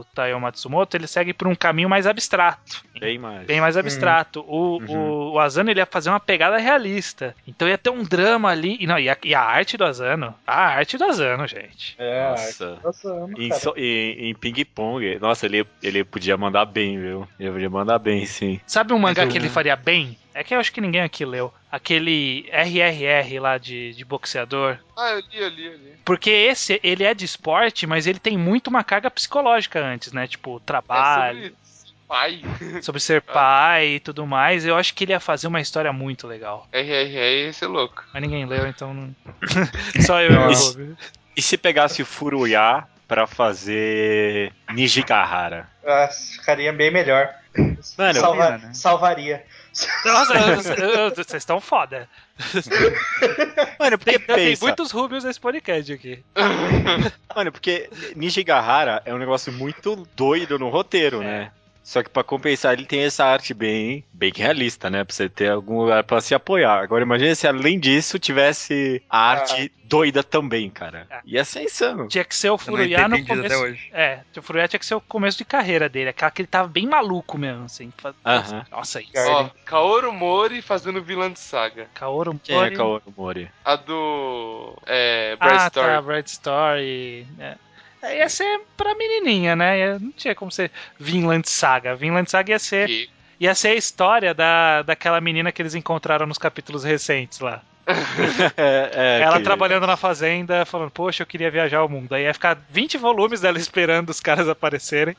A: o Taiyo Matsumoto ele segue por um caminho mais abstrato.
B: Bem mais.
A: Bem mais abstrato. O,
B: Uhum.
A: o, o Asano ele ia fazer uma pegada realista. Então ia ter um drama ali. E, não, e, a, e a arte do Asano? A arte do Asano, gente.
F: É,
B: Nossa.
F: nossa, amo,
B: Em,
F: cara.
B: so- em, em ping-pong, nossa, ele, ele podia mandar bem, viu? Ele podia mandar bem, sim.
A: Sabe um mangá que ele faria bem? É que eu acho que ninguém aqui leu. Aquele RRR lá de, de boxeador.
C: Ah, eu li, eu li, eu li.
A: Porque esse, ele é de esporte, mas ele tem muito uma carga psicológica antes, né? Tipo,
C: Ah,
A: trabalho,
C: pai.
A: sobre... ser pai e tudo mais. Eu acho que ele ia fazer uma história muito legal.
C: RRR, esse é louco.
A: Mas ninguém leu, então não... Só eu e o
B: Nossa.
A: Bob.
B: E se pegasse o Furuya pra fazer Nijigahara?
F: Ah, ficaria bem melhor.
B: Mano,
F: Salva-
E: pena, né?
F: Salvaria.
A: Nossa, eu- eu- eu- vocês estão foda.
B: mano,
A: Tem,
B: porque
A: tem
B: pensa,
A: muitos Rubios nesse podcast aqui.
B: mano, porque Nijigahara é um negócio muito doido no roteiro, né? Só que pra compensar, ele tem essa arte bem, bem realista, né? Pra você ter algum lugar pra se apoiar. Agora imagina se além disso tivesse a arte doida também, cara. Ia ser insano.
A: Tinha que ser o
E: Eu não
A: Furuya
E: entendi
A: no
E: disso até
A: começo.
E: hoje.
A: É, o Furuya tinha que ser o começo de carreira dele. Aquela que ele tava bem maluco mesmo, assim. Fa-
B: Aham.
A: Nossa, isso.
C: Ó, Kaoru Mori fazendo vilã de saga.
A: Kaoru
B: Quem é
A: Mori.
B: Kaoru Mori?
C: A do. É. Brad
A: Ah,
C: Story.
A: tá, Bright Story. É. É, Ia ser pra menininha, né? Ia- Não tinha como ser Vinland Saga. Vinland Saga ia ser,
C: Que-
A: ia ser a história da, daquela menina que eles encontraram nos capítulos recentes lá.
B: É, é,
A: Ela
B: que-
A: trabalhando na fazenda, falando, poxa, eu queria viajar ao mundo. Aí ia ficar 20 volumes dela esperando os caras aparecerem.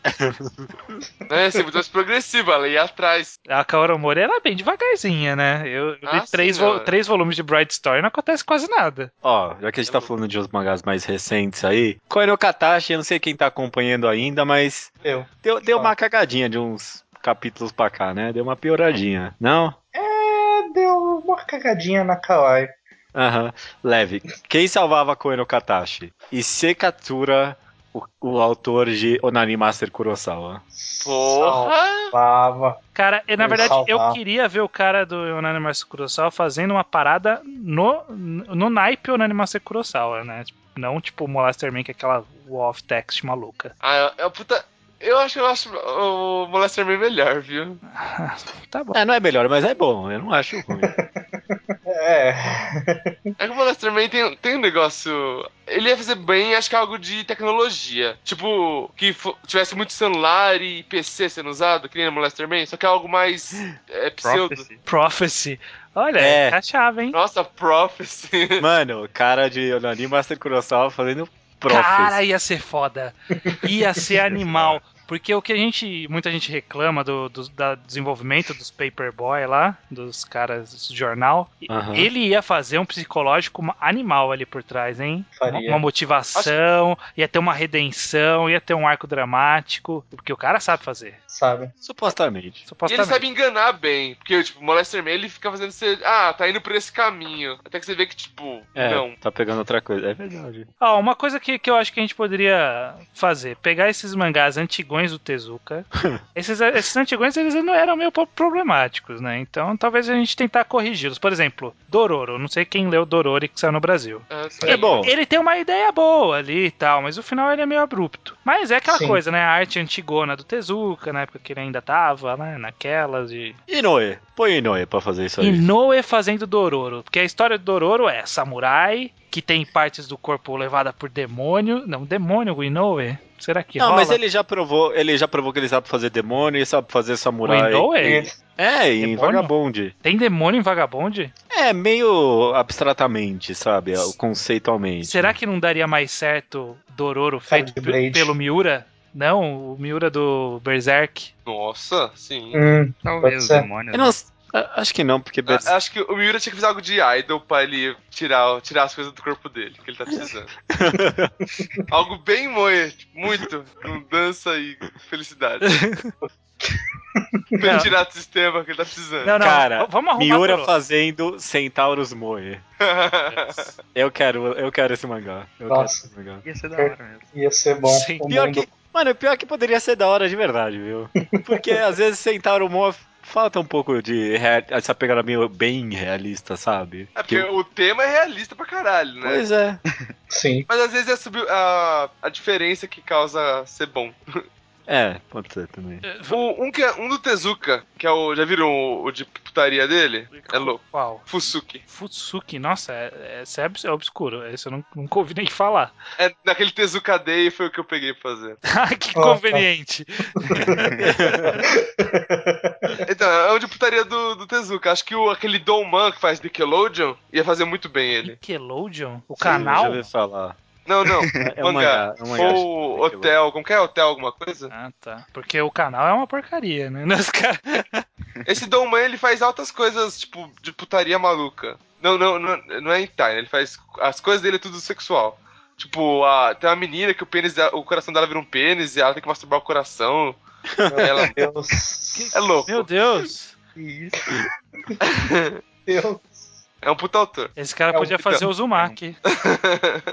C: Né, se mudança progressiva, ela ia atrás.
A: A Kaoru Mori era bem devagarzinha, né? Eu, eu li
C: Ah,
A: três,
C: sim,
A: vo-
C: ela-
A: três volumes de Bright Story não acontece quase nada.
B: Ó, já que a gente tá falando de uns mangás mais recentes aí, Koino Katashi, eu não sei quem tá acompanhando ainda, mas
F: Eu.
B: deu, deu uma cagadinha de uns capítulos pra cá, né? Deu uma pioradinha, não?
F: É, deu uma cagadinha na Kawaii.
B: Aham, leve. Quem salvava Koino Katashi? E se captura o, o autor de Onani Master Kurosawa?
C: Porra!
F: Salvava.
A: Cara, eu, na
F: Ele
A: verdade, eu
F: salvar.
A: queria ver o cara do Onanimaster Kurosawa fazendo uma parada no, no naipe Onanimaster Kurosawa, né? Tipo, Não tipo o Molaster Man, que é aquela wall of text maluca.
C: Ah, eu- eu, puta. Eu acho, eu acho o Molester Man melhor, viu?
A: Tá bom.
B: É, não é melhor, mas é bom, eu não acho ruim.
F: É.
C: É que o Molester Man tem, tem um negócio. Ele ia fazer bem, acho que é algo de tecnologia. Tipo, que fo- tivesse muito celular e PC sendo usado, que nem no Molester Man, só que é algo mais. É pseudo.
E: Prophecy.
A: Prophecy. Olha,
B: É.
A: é a chave, hein?
C: Nossa, Prophecy.
B: Mano, cara de Onani Master Kurosawa fazendo profes.
A: Cara, ia ser foda. Ia ser animal. Porque o que a gente. Muita gente reclama do, do da desenvolvimento dos paperboy lá, dos caras do jornal. E
B: Aham.
A: Ele ia fazer um psicológico ma- animal ali por trás, hein?
F: Faria.
A: Uma, uma motivação, ia ter uma redenção, ia ter um arco dramático. Porque o cara sabe fazer.
F: Sabe?
B: Supostamente.
C: E ele
A: Supostamente.
C: sabe enganar bem, porque, tipo, o Molester Man, ele fica fazendo você, ah, tá indo por esse caminho. Até que você vê que, tipo,
B: É,
C: não.
B: tá pegando outra coisa. É verdade.
A: Ó, uma coisa que, que eu acho que a gente poderia fazer: pegar esses mangás antigões do Tezuka. esses, esses antigões eles não eram meio pro- problemáticos, né? Então talvez a gente tentar corrigi-los. Por exemplo, Dororo. Não sei quem leu Dororo e que saiu no Brasil.
C: Ah, sim.
B: É bom.
A: Ele tem uma ideia boa ali e tal, mas o final ele é meio abrupto. Mas é aquela
F: Sim.
A: coisa, né? A arte antigona do Tezuka, na época que ele ainda tava, né? Naquelas de.
B: Inoue. Põe Inoue pra fazer isso aí.
A: Inoue fazendo Dororo. Porque a história do Dororo é samurai, que tem partes do corpo levada por demônio. Não, demônio, o Inoue? Será que
B: não,
A: rola?
B: mas ele já provou, ele já provou que ele sabe fazer demônio e sabe fazer
A: O
B: samurai.
A: Inoue?
B: É, em
A: Demônio?
B: vagabonde.
A: Tem demônio em Vagabond?
B: É, meio abstratamente, sabe? o- Conceitualmente.
A: Será que não daria mais certo Dororo feito pe-
F: Blade.
A: pelo Miura? Não, o Miura do Berserk.
C: Nossa, sim.
F: Hum,
E: Talvez
F: Pode
E: o
F: ser.
E: demônio.
B: Eu não- a- acho que não, porque Berserk-
C: A- Acho que o Miura tinha que fazer algo de idol pra ele tirar, tirar as coisas do corpo dele, que ele tá precisando. algo bem moe, tipo, muito, com dança e felicidade. pra ele tirar do sistema que ele tá precisando.
A: Não, não,
B: Cara,
A: vamos arrumar
B: Miura
A: Dororo.
B: fazendo Centauros Moe. Eu quero, eu quero esse mangá. Eu
F: Nossa.
B: quero esse mangá.
E: Ia ser da hora mesmo.
F: ia ser bom.
A: Sim.
F: O
B: Pior
F: mundo
B: que, mano, pior que poderia ser da hora de verdade, viu? Porque às vezes Centauro Moe falta um pouco de rea- essa pegada meio bem realista, sabe?
C: É porque o tema é realista pra caralho, né?
B: Pois é.
D: Sim.
C: Mas às vezes é subi- a, a diferença que causa ser bom.
B: É, pode ser também.
C: O- um, que é- um do Tezuka, que é o. Já viram o, o de putaria dele? É louco.
A: Qual?
C: Fusuki.
A: Futsuki, nossa, é, é, esse é obs- é obscuro. Esse eu não, nunca ouvi nem falar.
C: É daquele Tezuka Day foi o que eu peguei pra fazer.
A: Ah, que
F: Nossa.
A: conveniente.
C: Então, é o de putaria do, do Tezuka. Acho que o, aquele Don Man que faz Nickelodeon ia fazer muito bem ele.
A: Nickelodeon? O
B: Já
A: canal?
B: ouvi falar.
C: Não, não.
B: É, é um
C: Mangá.
B: mangá. É um mangá.
C: Ou hotel, como que é hotel, alguma coisa?
A: Ah, tá. Porque o canal é uma porcaria, né? Nos caras.
C: Esse Dom Man, ele faz altas coisas, tipo, de putaria maluca. Não, não, não, não é hentai, né? Ele faz. As coisas dele é tudo sexual. Tipo, a, tem uma menina que o pênis dela- o coração dela vira um pênis e ela tem que masturbar o coração. Ela-
F: Meu Deus.
C: é louco.
A: Meu Deus.
F: Deus.
C: É um puta autor.
A: Esse cara
C: É um
A: podia
C: pitão.
A: fazer o Uzumaki.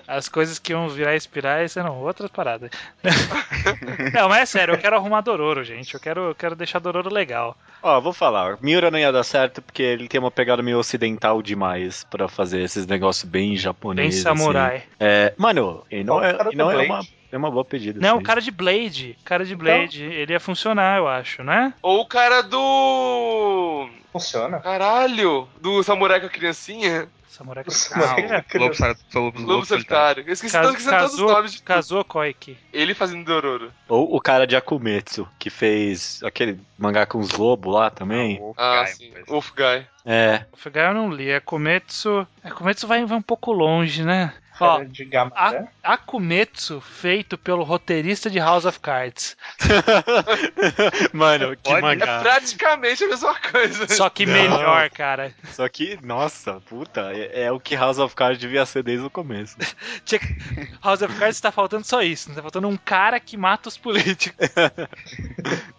A: As coisas que iam virar espirais eram outras paradas. não, mas é sério, eu quero arrumar Dororo, gente. Eu quero, eu quero deixar Dororo legal.
B: Ó, vou falar. Miura não ia dar certo porque ele tem uma pegada meio ocidental demais pra fazer esses negócios bem
A: Bem
B: japoneses. assim.
A: samurai.
B: É, mano, ele não,
F: Ó,
B: é,
F: o cara
B: ele não
F: do
B: é,
F: Blade.
B: uma, é uma boa pedida.
A: Não,
B: assim.
A: o cara de Blade. O cara de Blade, ele ia funcionar, eu acho, né?
C: Ou o cara do.
F: Funciona.
C: Caralho! Do samurai com a criancinha.
A: Samurai
E: Ah,
F: Nossa,
A: Não,
F: mas
A: cara,
F: que
E: Lobo,
F: criança.
E: sar- lobo,
C: Lobo
E: tá
C: Solitário. Eu esqueci tanto que são todos os
A: Kazuo,
C: nomes de
A: Kazuo Koike.
C: Ele fazendo Dororo.
B: Ou o cara de Akumetsu, que fez aquele mangá com os lobos lá também.
C: Ah, sim. Wolf Guy.
B: É.
A: Fugai eu não li. A Kometsu... A Kometsu vai, vai um pouco longe, né? Ó,
F: Cara de gama,
A: a,
F: né?
A: a Kometsu, feito pelo roteirista de House of Cards.
B: Mano, que
E: Pode?
C: É
B: mangá.
C: praticamente a mesma coisa.
A: Só que
B: Não.
A: melhor, cara.
B: Só que, nossa, puta, é, é o que House of Cards devia ser desde o começo.
A: Tinha que- House of Cards tá faltando só isso. Tá faltando um cara que mata os políticos.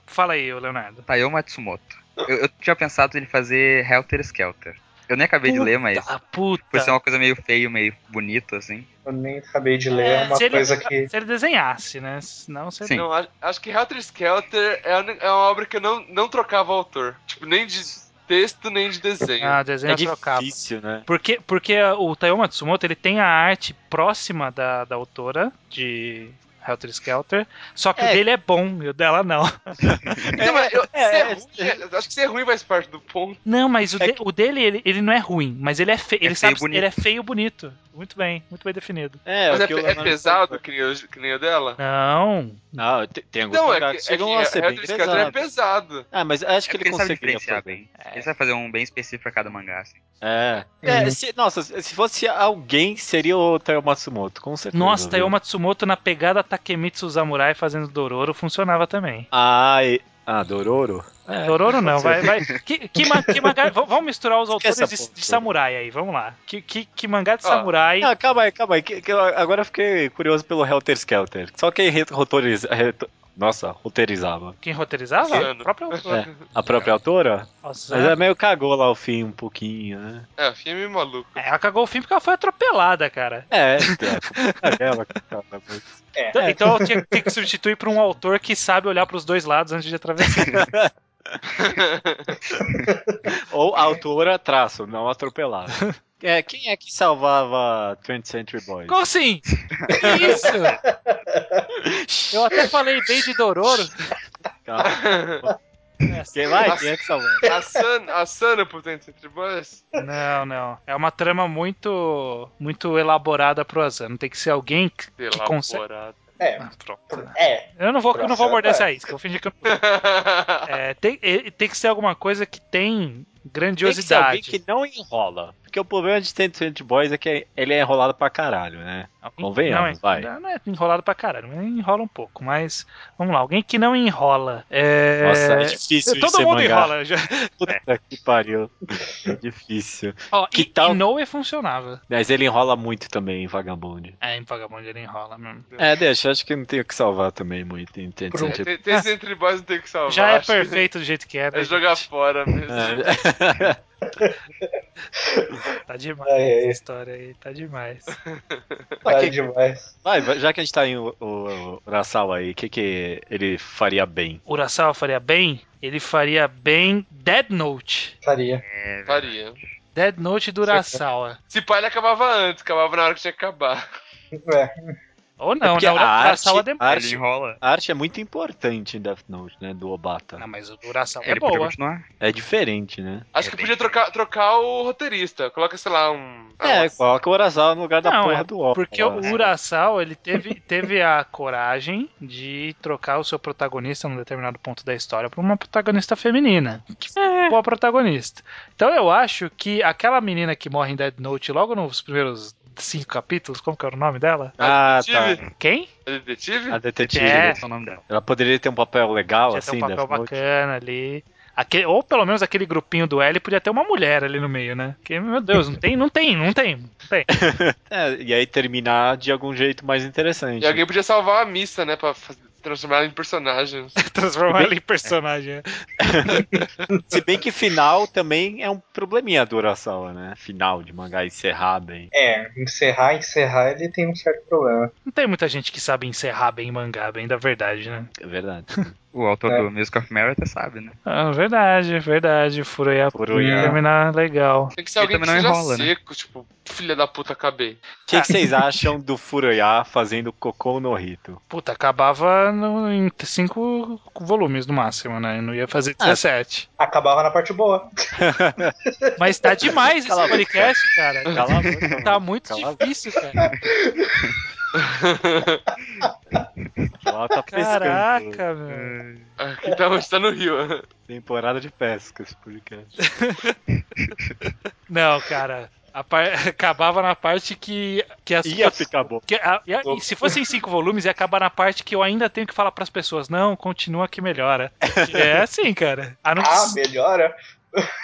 A: Fala aí, ô Leonardo.
E: Tayo Matsumoto. Eu, eu tinha pensado ele fazer Helter Skelter. Eu nem acabei de ler, mas
A: Ah, puta.
E: foi ser uma coisa meio feio, meio bonito, assim.
F: Eu nem acabei de ler. É, uma
A: se ele-
F: coisa que.
A: Se ele desenhasse, né? Não, seria
B: assim.
E: Sim.
C: Não, a- acho que Helter Skelter é, a uni- é uma obra que eu não, não trocava autor. Tipo, nem de texto, nem de desenho.
A: Ah, desenho
B: É
A: é trocava.
B: difícil, né?
A: Porque, porque o Taiyo Matsumoto ele tem a arte próxima da, da autora de Helter Skelter, só que o
B: É.
A: dele é bom e o dela não.
C: Então, mas eu-
B: é,
C: ser
B: é,
C: ruim, eu acho que ser ruim faz parte do ponto.
A: Não, mas o,
B: É
A: de- o dele ele, ele não é ruim, mas ele é feio.
E: É
A: ele
E: feio
A: sabe,
E: e bonito.
A: ele é feio e bonito. Muito bem, muito bem definido.
B: É,
C: Mas
B: o
C: é,
B: que
C: pe-
B: o
C: é
B: Leonardo
C: pesado
B: falou.
C: que nem, o, que nem o dela?
A: Não.
B: Não, tem, tem alguns
C: Não, é
B: mangás
C: que,
B: que
C: é que
B: chegam tá- a ser bem
C: Helter Skelter é
B: pesados.
C: pesado.
B: Ah, mas acho que
E: É porque
B: ele
E: ele sabe
B: conseguiria
E: diferenciar
B: fazer.
E: bem. Ele sabe fazer um bem específico pra cada mangá, assim.
B: É. É, se- nossa, se fosse alguém, seria o Taio Matsumoto, com certeza.
A: Nossa,
B: viu?
A: Taiyo Matsumoto na pegada Takemitsu Samurai fazendo Dororo funcionava também.
B: Ah, e... ah, Dororo?
A: Dororo não, vai, vai. Que, que, ma- que mangá? v- Vamos misturar os autores
B: Esquece
A: de,
B: essa porra.
A: de samurai aí, vamos lá. Que, que, que mangá de
C: Ó,
A: samurai?
B: Ah, calma aí, calma aí. que- que eu- agora eu fiquei curioso pelo Helter Skelter. Só quem re- rotoriza... reto- Nossa, roteirizava.
A: Quem roteirizava?
C: Sim.
A: A própria autora.
B: A própria autora?
A: Nossa,
B: Mas é ela meio cagou lá o fim um pouquinho, né?
C: É, o filme é meio maluco.
A: É, ela cagou o fim porque ela foi atropelada, cara.
B: É, é dela, cara. mas-
A: Então, então ela tinha, tinha que substituir por um autor que sabe olhar pros dois lados antes de atravessar.
B: Ou a autora, traço, não atropelada. É, quem é que salvava 20th Century Boys?
A: Como assim? Que isso? Eu até falei bem de Dororo.
B: Calma. Quem vai? Quem é que salvava?
C: a, Sana, a Sana, portanto, entre boas.
A: Não, não. É uma trama muito muito elaborada pro Azano. Tem que ser alguém que, que consegue.
C: Elaborado.
F: É,
A: Ah, pronto.
F: é.
A: Eu não vou, eu não vou
F: Processo,
A: morder
F: é.
A: essa isca. Eu vou fingir que eu... é, tem, é, tem que ser alguma coisa que tem
B: Tem que ser alguém
A: grandiosidade.
B: que não enrola. Porque o problema de Tent Cent Boys é que ele é enrolado pra caralho, né? Convenhamos,
A: não é,
B: vai.
A: Não é enrolado pra caralho, mas enrola um pouco. Mas vamos lá, alguém que não enrola. É...
B: Nossa, é difícil de
A: Todo
B: ser
A: mundo
B: mangá.
A: enrola. né? Já.
B: Puta que pariu. É difícil.
A: Ó,
B: Que
A: e,
B: tal-
A: e Noe funcionava.
B: Mas ele enrola muito também em Vagabond.
A: É, em Vagabond ele enrola mesmo.
B: É, deixa, acho que não tem o que salvar também muito em Tent
F: Pro-
B: Cent
C: Tem, tem esse entre boys, não tem o que salvar.
A: Já é
C: acho que
A: perfeito do jeito que é. né,
C: É jogar
A: gente?
C: fora mesmo.
B: É.
A: Tá demais
F: Ai, ai.
A: essa história aí, tá demais.
F: Tá
B: que-
F: demais.
B: Vai, vai, já que a gente tá em o, o, o- na sala aí, o que, que ele faria bem?
A: Urasawa faria bem? Ele faria bem Dead Note.
F: Faria.
E: É,
C: Faria.
A: Dead Note do Urasawa.
C: Se pá, ele acabava antes, acabava na hora que tinha que acabar.
F: É.
A: Ou não,
B: porque
A: né? O
B: a arte-
A: Urasawa
B: a
A: demora.
B: arte-
E: ele enrola.
B: A arte é muito importante em Death Note, né? Do Obata.
A: Não, mas o do Urasawa é
E: Ele podia
A: boa.
E: continuar.
B: É diferente, né?
C: Acho
E: É
C: que
E: bem
C: podia trocar, trocar o roteirista. Coloca, sei lá, um. ah,
B: é,
C: um-
B: coloca o Urasawa no lugar da
A: Não,
B: porra
A: é
B: do Obata.
A: Porque o Urasawa, ele teve, teve a coragem de trocar o seu protagonista num determinado ponto da história por uma protagonista feminina. Que é. boa protagonista. Então eu acho que aquela menina que morre em Dead Note logo nos primeiros cinco capítulos, como que era o nome dela?
B: Ah, tá. Ah,
C: Detetive?
A: Quem?
C: É Detetive?
B: A detetive.
A: É.
E: Esse é o nome dela.
B: Ela poderia ter um papel legal,
A: Podia
B: assim,
A: ter um papel
B: Death Note.
A: bacana ali. Aquele, ou pelo menos aquele grupinho do L podia ter uma mulher ali no meio, né? Porque, meu Deus, não tem, não tem, não tem. Não tem.
B: É, e aí terminar de algum jeito mais interessante.
C: E alguém podia salvar a missa, né? Pra fa- transformar ela em personagem.
A: Transformar ele em personagem. né?
B: Se bem que final também é um probleminha do Urasawa, né? Final de mangá encerrar bem.
F: É, encerrar, encerrar, ele tem um certo problema.
A: Não tem muita gente que sabe encerrar bem mangá, bem da verdade, né?
B: É verdade.
E: O autor
F: É.
E: do Music of Mary até sabe, né?
A: Ah, verdade, verdade. Furei a
B: Furuya.
A: é terminar legal.
C: Tem que ser alguém que
E: Ele também
C: seja
E: não enrola, né?
C: seco, tipo, filha da puta, acabei.
B: O que, que vocês acham do Furuya fazendo cocô no Rito?
A: Puta, acabava no- em 5 volumes no máximo, né? Eu não ia fazer
B: Ah.
A: 17.
F: Acabava na parte boa.
A: Mas tá demais
B: Cala a
A: esse
B: boca.
A: podcast, cara.
B: Cala a boca, mano.
A: Tá muito
B: Cala-
A: difícil, cara.
B: Ela tá pescando.
A: Caraca, meu.
C: Aqui tá onde tá no Rio.
B: Temporada de pesca esse podcast.
A: Não, cara. a par- Acabava na parte que. que as
B: Ia ficar bom.
A: Que a- e a- e se fossem cinco volumes, ia acabar na parte que eu ainda tenho que falar pras pessoas: não, continua que melhora. É assim, cara. A não
F: Ah, melhora.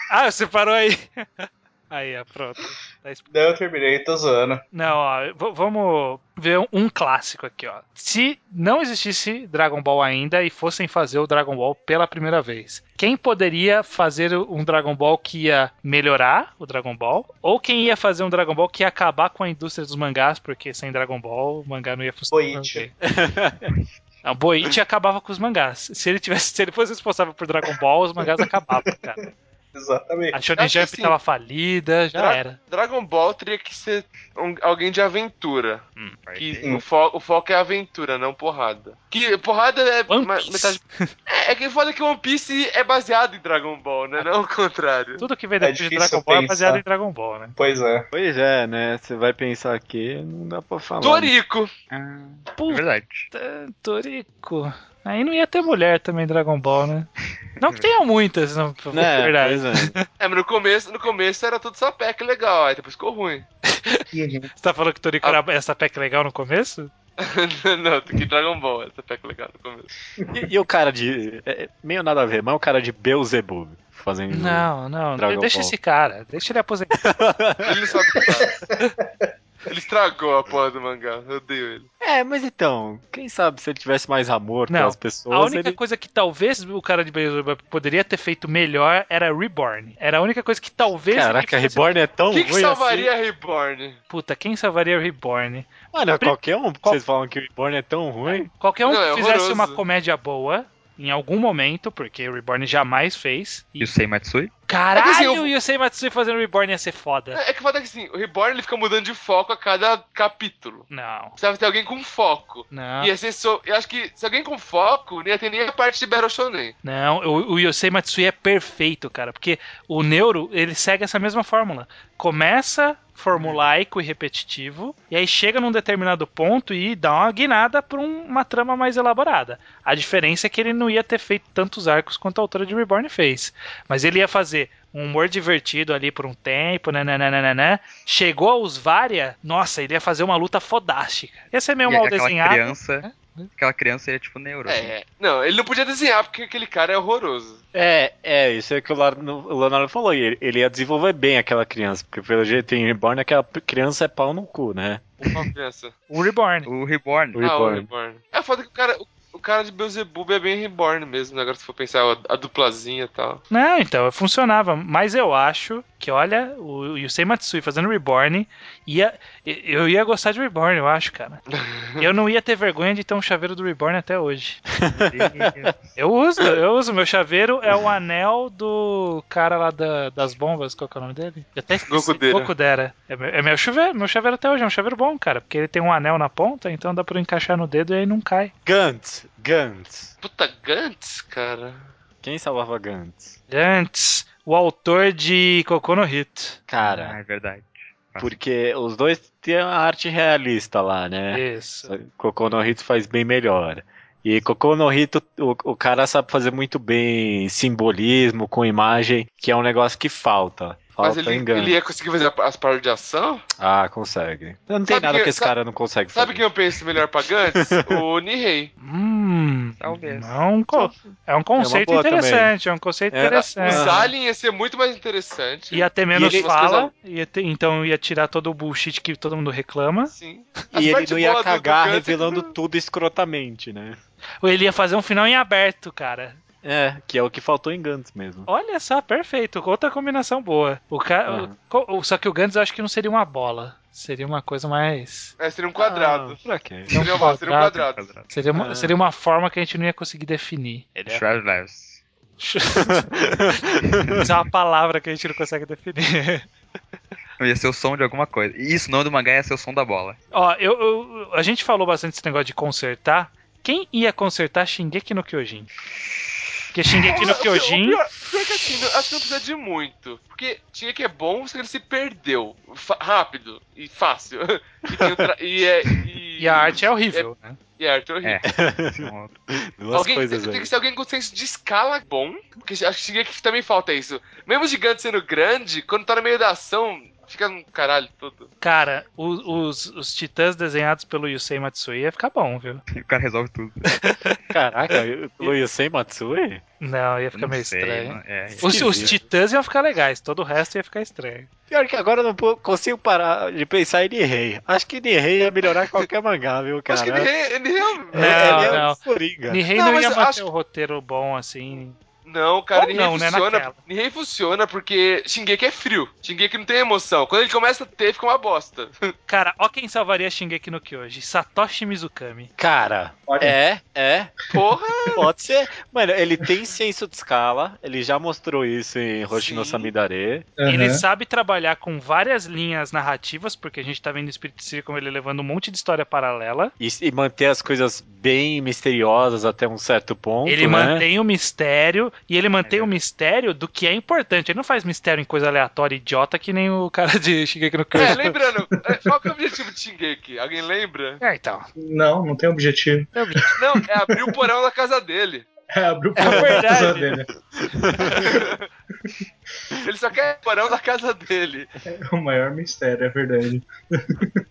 A: Ah, você parou aí. Aí, ó, pronto. Tá expl-
F: Daí eu terminei, tô zoando.
A: Não, ó, v- vamos ver um- um clássico aqui, ó. Se não existisse Dragon Ball ainda e fossem fazer o Dragon Ball pela primeira vez, quem poderia fazer um Dragon Ball que ia melhorar o Dragon Ball? Ou quem ia fazer um Dragon Ball que ia acabar com a indústria dos mangás, porque sem Dragon Ball o mangá não ia funcionar?
F: Boichi.
A: Não, Boichi acabava com os mangás. Se ele tivesse, se ele fosse responsável por Dragon Ball, os mangás acabavam, cara.
F: Exatamente.
A: A Shonen
C: Acho que
A: Jump
C: sim.
A: tava falida, já
C: Dra-
A: era.
C: Dragon Ball teria que ser um- alguém de aventura. Que
E: Hum.
C: o, fo- o foco é aventura, não porrada. Que porrada é
A: One
C: ma-
A: Piece.
C: metade. É, é que foda que One Piece é baseado em Dragon Ball, né? Não o contrário.
A: Tudo que vem depois de
F: difícil
A: Dragon Ball é
F: pensar.
A: baseado em Dragon Ball, né?
F: Pois é.
B: Pois é, né? Você vai pensar aqui, não dá pra falar.
C: Torico.
E: Ah, é
A: Puta,
E: verdade.
A: Torico. Aí não ia ter mulher também em Dragon Ball, né? Não que tenha muitas, não,
B: Né?
A: é verdade.
B: Pois é.
C: É, mas no começo, no começo era tudo sapeca legal, aí depois ficou ruim.
A: Você tá falando que Torico era essa pack legal no começo?
C: não, que Dragon Ball é sapeca legal no começo.
B: E, e o cara de. é- é meio nada a ver, mas o cara de Beelzebub fazendo.
A: Não, não.
B: Dragon
A: deixa
B: Ball.
A: esse cara. Deixa ele aposentar.
C: Ele não sabe o que faz. Ele estragou a porra do mangá, eu odeio ele.
B: É, mas então, quem sabe se ele tivesse mais amor
A: Não,
B: pelas
A: A
B: pessoas,
A: única
B: ele.
A: coisa que talvez o cara de Beelzebub poderia ter feito melhor era Reborn. Era a única coisa que talvez. ele
B: Caraca,
A: fosse-
B: Reborn é tão
C: O que, que
B: ruim
C: salvaria
A: assim.
C: Reborn?
A: Puta, quem salvaria Reborn?
B: assim. Mano, qualquer um,
A: Qual-
B: vocês falam que o Reborn é tão ruim.
A: Qualquer um
C: Não, é
A: que fizesse
C: horroroso.
A: uma comédia boa em algum momento, porque o Reborn jamais fez.
E: E o Sei Matsui?
A: Caralho,
C: É que assim, eu-
A: o Yusei Matsui fazendo Reborn ia ser foda.
C: É é que foda que assim, o Reborn ele fica mudando de foco a cada capítulo.
A: Não,
C: Precisava ter alguém com foco.
B: Ah.
A: não,
C: Ia ser só. Eu acho que se alguém com foco, não ia ter nem a parte de Battle Shonen.
A: não. O, o Yusei Matsui é perfeito, cara, porque o Neuro, ele segue essa mesma fórmula. Começa formulaico e repetitivo, e aí chega num determinado ponto e dá uma guinada pra um- uma trama mais elaborada. A diferença é que ele não ia ter feito tantos arcos quanto a autora de Reborn fez. Mas ele ia fazer um humor divertido ali por um tempo, nananana. né, Chegou aos Varia, nossa, ele ia fazer uma luta fodástica. Ia ser meio
E: e
A: é mal
E: aquela
A: desenhado.
E: criança. Aquela criança ele é tipo neuro. assim.
C: É. Não, ele não podia desenhar porque aquele cara é horroroso.
B: É, é, isso é que o Leonardo, o Leonardo falou. e Ele, ele ia desenvolver bem aquela criança, porque pelo jeito em Reborn aquela p- criança é pau no cu, né?
C: Uma criança.
A: O Um Reborn.
E: O Reborn.
B: Reborn.
C: Ah, o Reborn. É foda que o cara. o- o cara de Beelzebub é bem reborn mesmo, né? Agora se for pensar a, a duplazinha e tal.
A: Não, então, funcionava. Mas eu acho que, olha, o Yusei Matsui fazendo Reborn, ia, eu ia gostar de Reborn, eu acho, cara. Eu não ia ter vergonha de ter um chaveiro do Reborn até hoje.
E: é
A: Eu uso, eu uso. Meu chaveiro é o anel do cara lá da- das bombas, qual que é o nome dele? Eu até esqueci.
C: Gokudera.
A: Gokudera. É, meu, é meu chaveiro, meu chaveiro até hoje, é um chaveiro bom, cara. Porque ele tem um anel na ponta, então dá pra eu encaixar no dedo e aí não cai.
B: Gantz, Gantz.
C: Puta, Gantz, cara.
B: Quem salvava Gantz?
A: Antes, o autor de Cocô no Hit.
B: Cara,
E: é verdade.
B: porque os dois têm a arte realista lá, né?
A: Isso.
B: Cocô no Rito faz bem melhor. E Cocô no Rito, o, o cara sabe fazer muito bem simbolismo com imagem, que é um negócio que falta.
C: Mas
B: Falta
C: ele,
B: engano.
C: ele ia conseguir fazer a- as paródias de ação?
B: Ah, consegue. Não tem
C: Sabe
B: nada
C: que-
B: que, esse
C: sabe-
B: cara não consegue
C: Sabe
B: fazer.
C: quem eu penso melhor pra Gantz? o Nihei.
A: Hum.
E: Talvez.
A: É um, co- é um conceito
B: boa
A: interessante, é um conceito
B: Era-
A: interessante.
C: Os
B: Ah.
C: Alien ia ser muito mais interessante.
A: Ia ter menos
B: ele-
A: fala, ia ter- então ia tirar todo o bullshit que todo mundo reclama.
C: Sim. As
B: E ele
C: partes
B: não ia
C: boas do- do
B: cagar
C: Gantz é que
B: revelando
C: não-
B: tudo escrotamente, né?
A: Ou ele ia fazer um final em aberto, cara.
B: É, que é o que faltou em Gantz mesmo.
A: Olha só, perfeito. Outra combinação boa. O ca...
B: Aham.
A: o- co- o- Só que o Gantz eu acho que não seria uma bola. Seria uma coisa mais.
C: É, seria um quadrado.
B: Ah, pra quê?
C: seria, uma- seria um
A: quadrado.
C: quadrado.
A: Seria uma,
B: Ah.
A: seria uma forma que a gente não ia conseguir definir.
B: Ele é-
E: Shroud Lives.
A: Isso é uma palavra que a gente não consegue definir.
E: Ia ser o som de alguma coisa. E isso, o nome do mangá ia ser o som da bola.
A: Ó, eu, eu- a gente falou bastante esse negócio de consertar. Quem ia consertar Shingeki no Kyojin? Porque Shingeki no
C: O pior- o
A: Kyojin.
C: Pior, pior que assim, não- acho que não precisa de muito. Porque tinha que é bom, só que ele se perdeu. Fa- rápido e fácil. E, tem o tra- e é. E,
A: E a arte é horrível. né?
C: E a arte é horrível.
E: É. Então,
B: Duas
C: alguém,
B: coisas
C: tem,
B: aí.
C: tem que ser alguém com senso de escala bom. Porque acho que chega que também falta isso. Mesmo o gigante sendo grande, quando tá no meio da ação, fica no caralho todo.
A: Cara, o- os, os titãs desenhados pelo Yusei Matsui ia ficar bom, viu?
E: o cara resolve tudo.
B: Caraca, o Yusei Matsui?
A: Não, ia
E: Eu
A: ficar
E: não
A: meio
E: sei,
A: estranho.
E: não- é.
A: Os, os
B: Esquisito.
A: titãs iam ficar legais, todo o resto ia ficar estranho.
B: Pior que agora eu não po- consigo parar de pensar em Nihei. Acho que Nihei ia melhorar qualquer mangá, viu, cara?
C: Acho que ele, re- ele
A: Não,
C: realmente.
B: É, ele é um
A: não.
B: Coringa.
A: Nihei
C: Não,
A: não,
C: mas
A: ia
C: eu
A: manter
C: acho-
A: o roteiro bom assim.
C: Não, cara,
A: Ou
C: ninguém
A: não, né,
C: funciona.
A: naquela.
C: Ninguém funciona porque Shingeki é frio. Shingeki não tem emoção. Quando ele começa a ter, fica uma bosta.
A: Cara, ó quem salvaria Shingeki no Kyoji: Satoshi Mizukami.
B: Cara,
F: Olha.
B: é, é,
C: Porra!
B: pode ser. Mano, ele tem senso de escala, ele já mostrou isso em Hoshi no
C: Sim.
B: Samidare.
A: Ele
D: Aham.
A: sabe trabalhar com várias linhas narrativas, porque a gente tá vendo o Spirit Circle ele levando um monte de história paralela.
B: E, e manter as coisas bem misteriosas até um certo ponto,
A: ele
B: né?
A: mantém o mistério, e ele mantém
E: É
A: o mistério do que é importante. Ele não faz mistério em coisa aleatória, idiota, que nem o cara de Shingeki no
C: É,
A: Kyoji.
C: lembrando, é, qual que é o objetivo de Shingeki? Alguém lembra?
A: É, então.
D: Não, não tem objetivo.
C: Não, é abrir o porão da casa dele.
D: É, abriu o
A: É
D: porão da
A: verdade.
D: casa dele.
C: Ele só quer o porão da casa dele.
D: É o maior mistério, é verdade.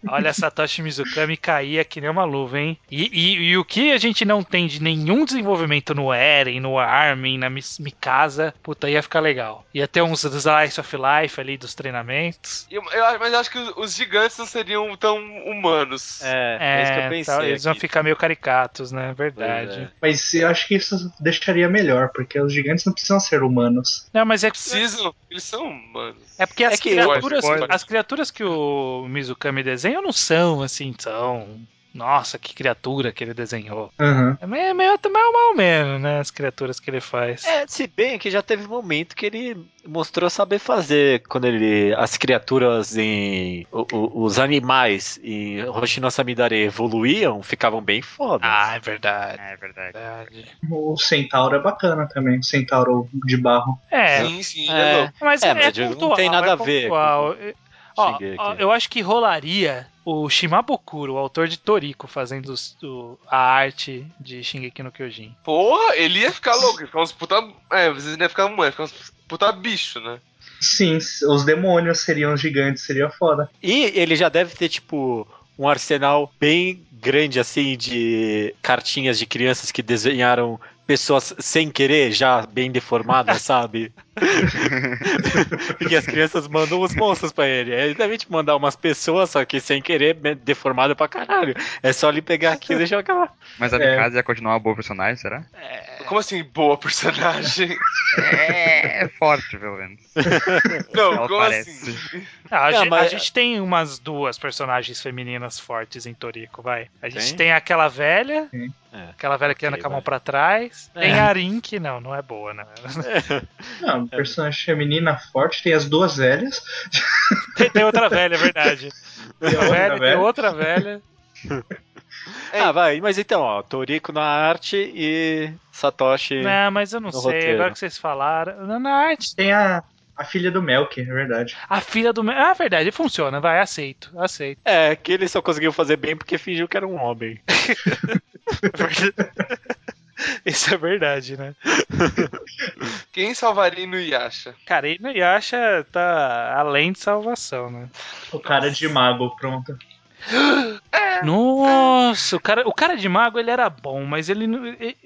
A: Olha, Satoshi Mizukami caía que nem uma luva, hein? E, e- e o que a gente não tem de nenhum desenvolvimento no Eren, no Armin, na Mis- Mikasa, puta, ia ficar legal. Ia ter uns Slice of Life ali dos treinamentos.
C: E Eu, eu acho- mas eu acho que os- os gigantes não seriam tão humanos.
B: É, é, isso que eu pensei.
A: tal, eles vão
B: aqui.
A: ficar meio caricatos, né?
B: Pois
A: Verdade.
B: é.
D: Mas eu acho que isso deixaria melhor, porque os gigantes não precisam ser humanos.
A: Não, mas é,
C: Precisam, eles são humanos.
A: é porque as
B: É que-
A: criaturas,
C: Spoiler.
A: as criaturas que o Mizukami desenha não são assim, tão. Nossa, que criatura que ele desenhou.
D: Aham.
A: É meio, meio, meio mal menos, né? As criaturas que ele faz.
B: É, se bem que já teve momento que ele mostrou saber fazer quando ele. As criaturas em. o- o- os animais em Hoshino Samidare evoluíam, ficavam bem fodas.
A: Ah, é verdade.
E: É verdade.
A: Verdade.
D: O centauro é bacana também, o centauro de barro.
A: É,
C: Sim, sim,
B: É.
C: é louco.
A: mas é,
B: É, mas não
A: pontual,
B: tem nada
A: é
B: a ver
A: pontual. Ó,
B: Shingeki.
A: ó, eu acho que rolaria o Shimabukuro, o autor de Toriko, fazendo os- o- a arte de Shingeki no Kyojin.
C: Porra, ele ia ficar louco, ia ficar uns puta. É, vocês não iam ficar humano, ia ficar uns puta bicho, né?
D: Sim, os demônios seriam gigantes, seria foda.
B: E ele já deve ter, tipo, um arsenal bem grande, assim, de cartinhas de crianças que desenharam pessoas sem querer, já bem deformadas, sabe? Porque as crianças mandam os monstros pra ele. Ele deve te mandar umas pessoas, só que sem querer, bem deformada pra caralho. É só ele pegar aquilo e jogar.
E: Mas a Mikasa ia continuar uma boa personagem, será?
C: Como assim, boa personagem?
E: É, é forte, pelo menos.
C: Não,
E: Ela
C: como
E: parece.
C: assim?
A: Ah, a,
B: Não,
A: gente,
B: mas-
A: a gente tem umas duas personagens femininas fortes em Toriko, vai. A gente
B: Tem?
A: tem, aquela velha,
B: É.
A: aquela velha que anda
B: Ok,
A: com a mão
B: vai.
A: pra trás.
B: É.
A: Tem a Arin, que não, não é boa, né?
D: Não, personagem feminina forte tem as duas velhas.
A: Tem, tem outra velha, é verdade. Tem
D: outra
A: outra né? velha, tem
D: velha.
A: outra velha.
B: Ah, vai, mas então, ó, Toriko na arte e Satoshi.
A: Não, mas eu não
B: No
A: sei,
B: roteiro.
A: agora que vocês falaram. Na, na arte.
D: Tem a, a filha do Melk, é verdade.
A: A filha do. Ah, verdade, funciona, vai, aceito, aceito.
B: É, que ele só conseguiu fazer bem porque fingiu que era um homem.
A: Isso é verdade, né?
C: Quem salvaria Inuyasha?
A: Cara, e Yasha tá além de salvação, né?
D: O cara de mago, pronto.
A: Nossa, o cara, o cara de mago ele era bom, mas ele, não- e- e-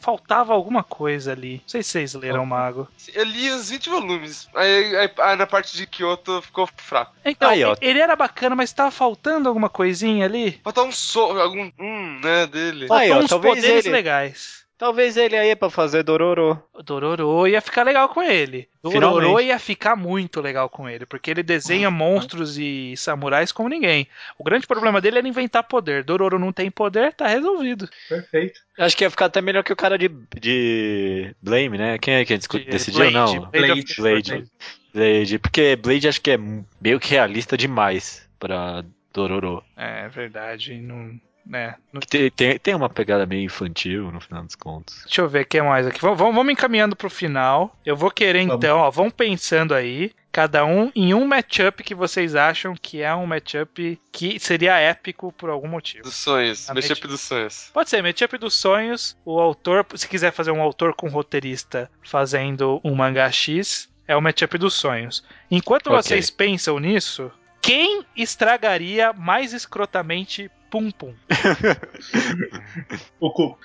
A: faltava alguma coisa ali. Não sei se vocês leram mago.
C: Eu li os 20 volumes. Aí, aí- aí na parte de Kyoto ficou fraco.
A: Então,
B: Aí, ó.
A: e- ele era bacana, mas tava faltando alguma coisinha ali.
C: Faltar um so... algum hum, né, dele.
B: Aí,
A: Faltam
B: ó,
A: uns
B: talvez
A: poderes
B: ele-
A: legais.
B: Talvez ele aí pra fazer Dororo.
A: O Dororo ia ficar legal com ele. Dororo
B: Finalmente.
A: ia ficar muito legal com ele, porque ele desenha monstros e samurais como ninguém. O grande problema dele era inventar poder. Dororo não tem poder, tá resolvido.
D: Perfeito.
B: Acho que ia ficar até melhor que o cara de, de Blame, né? Quem é que decidiu?
A: De
B: decidiu
A: Blade,
B: não?
A: Blade of
D: Blade,
A: Despair.
B: Blade. Blade. Porque Blade acho que é meio que realista demais pra Dororo.
A: É verdade, não, né? não-
B: Que Tem, tem, tem uma pegada meio infantil no final dos contos.
A: Deixa eu ver o que mais aqui. Vamos, vamos, vamos encaminhando pro final. Eu vou querer
D: Vamos.
A: então, ó, vão pensando aí, cada um em um matchup que vocês acham que é um matchup que seria épico por algum motivo.
C: Dos sonhos.
A: A
C: Mashup
A: mente-
C: dos sonhos.
A: Pode ser, matchup dos sonhos, o autor, se quiser fazer um autor com roteirista fazendo um mangá X, é o matchup dos sonhos. Enquanto
B: Ok.
A: vocês pensam nisso, quem estragaria mais escrotamente Pum Pum?
D: O cu.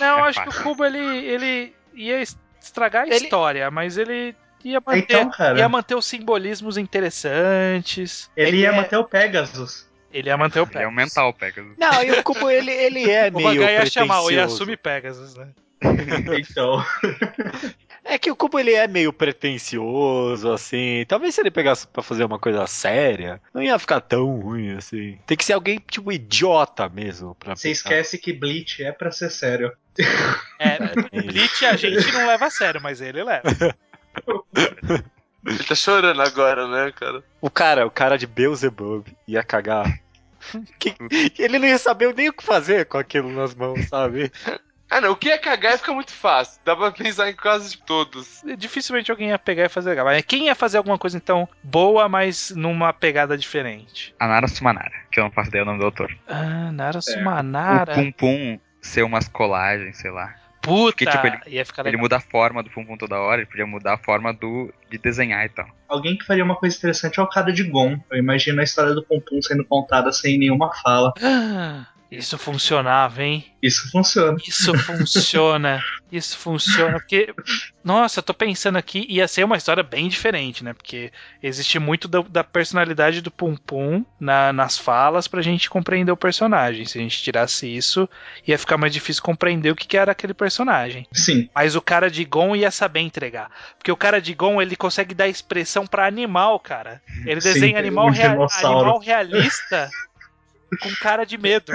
A: Não,
E: É
A: eu acho que
E: fácil.
A: o Cubo ele, ele ia es- estragar a
B: Ele-
A: história, mas ele ia manter,
D: Então, cara.
A: ia manter os simbolismos interessantes.
D: Ele ia
A: é-
D: manter o Pegasus.
A: Ele ia manter o
E: Ele é
A: Pegasus.
E: um mental, Pegasus.
B: Não, e o Cubo, ele, ele é
A: O
B: meio
A: mangá ia chamar o
B: pretensioso.
A: Yasumi Pegasus, né?
D: Então.
B: É que o Cubo, ele é meio pretencioso, assim. Talvez se ele pegasse pra fazer uma coisa séria, não ia ficar tão ruim, assim. Tem que ser alguém, tipo, idiota mesmo. Pra
D: Você
B: pensar.
D: esquece que Bleach é pra ser sério.
A: É,
B: tem isso.
A: Bleach a gente não leva a sério, mas ele leva.
C: Ele tá chorando agora, né, cara?
B: O cara, o cara de Beelzebub ia cagar. Que- ele não ia saber nem o que fazer com aquilo nas mãos, sabe?
C: Ah, não. O que é cagar fica muito fácil. Dá pra pensar em quase de todos.
A: Dificilmente alguém ia pegar e fazer legal. Mas quem ia fazer alguma coisa, então, boa, mas numa pegada diferente?
E: Anara Sumanara, que eu não faço ideia o nome do autor.
A: Ah, Nara
E: É, O
A: Sumanara.
E: Pum Pum ser umas colagens, sei lá.
A: Puta,
E: que, tipo, ele-
A: ia ficar
E: Ele
A: Tá legal.
E: muda a forma do Pum Pum toda hora, ele podia mudar a forma do de desenhar e tal.
D: Alguém que faria uma coisa interessante é o cara de Gon. Eu imagino a história do Pum Pum sendo contada sem nenhuma fala.
A: Ah, Isso funcionava, hein?
D: Isso funciona.
A: Isso funciona. Isso funciona. Porque, nossa, eu tô pensando aqui, ia ser uma história bem diferente, né? Porque existe muito da, da personalidade do Pum Pum na- nas falas pra gente compreender o personagem. Se a gente tirasse isso, ia ficar mais difícil compreender o que, que era aquele personagem.
D: Sim.
A: Mas o cara de Gon ia saber entregar. Porque o cara de Gon, ele consegue dar expressão pra animal, cara. Ele
D: Sim,
A: desenha animal,
D: um
A: rea-
D: dinossauro.
A: animal realista com cara de medo.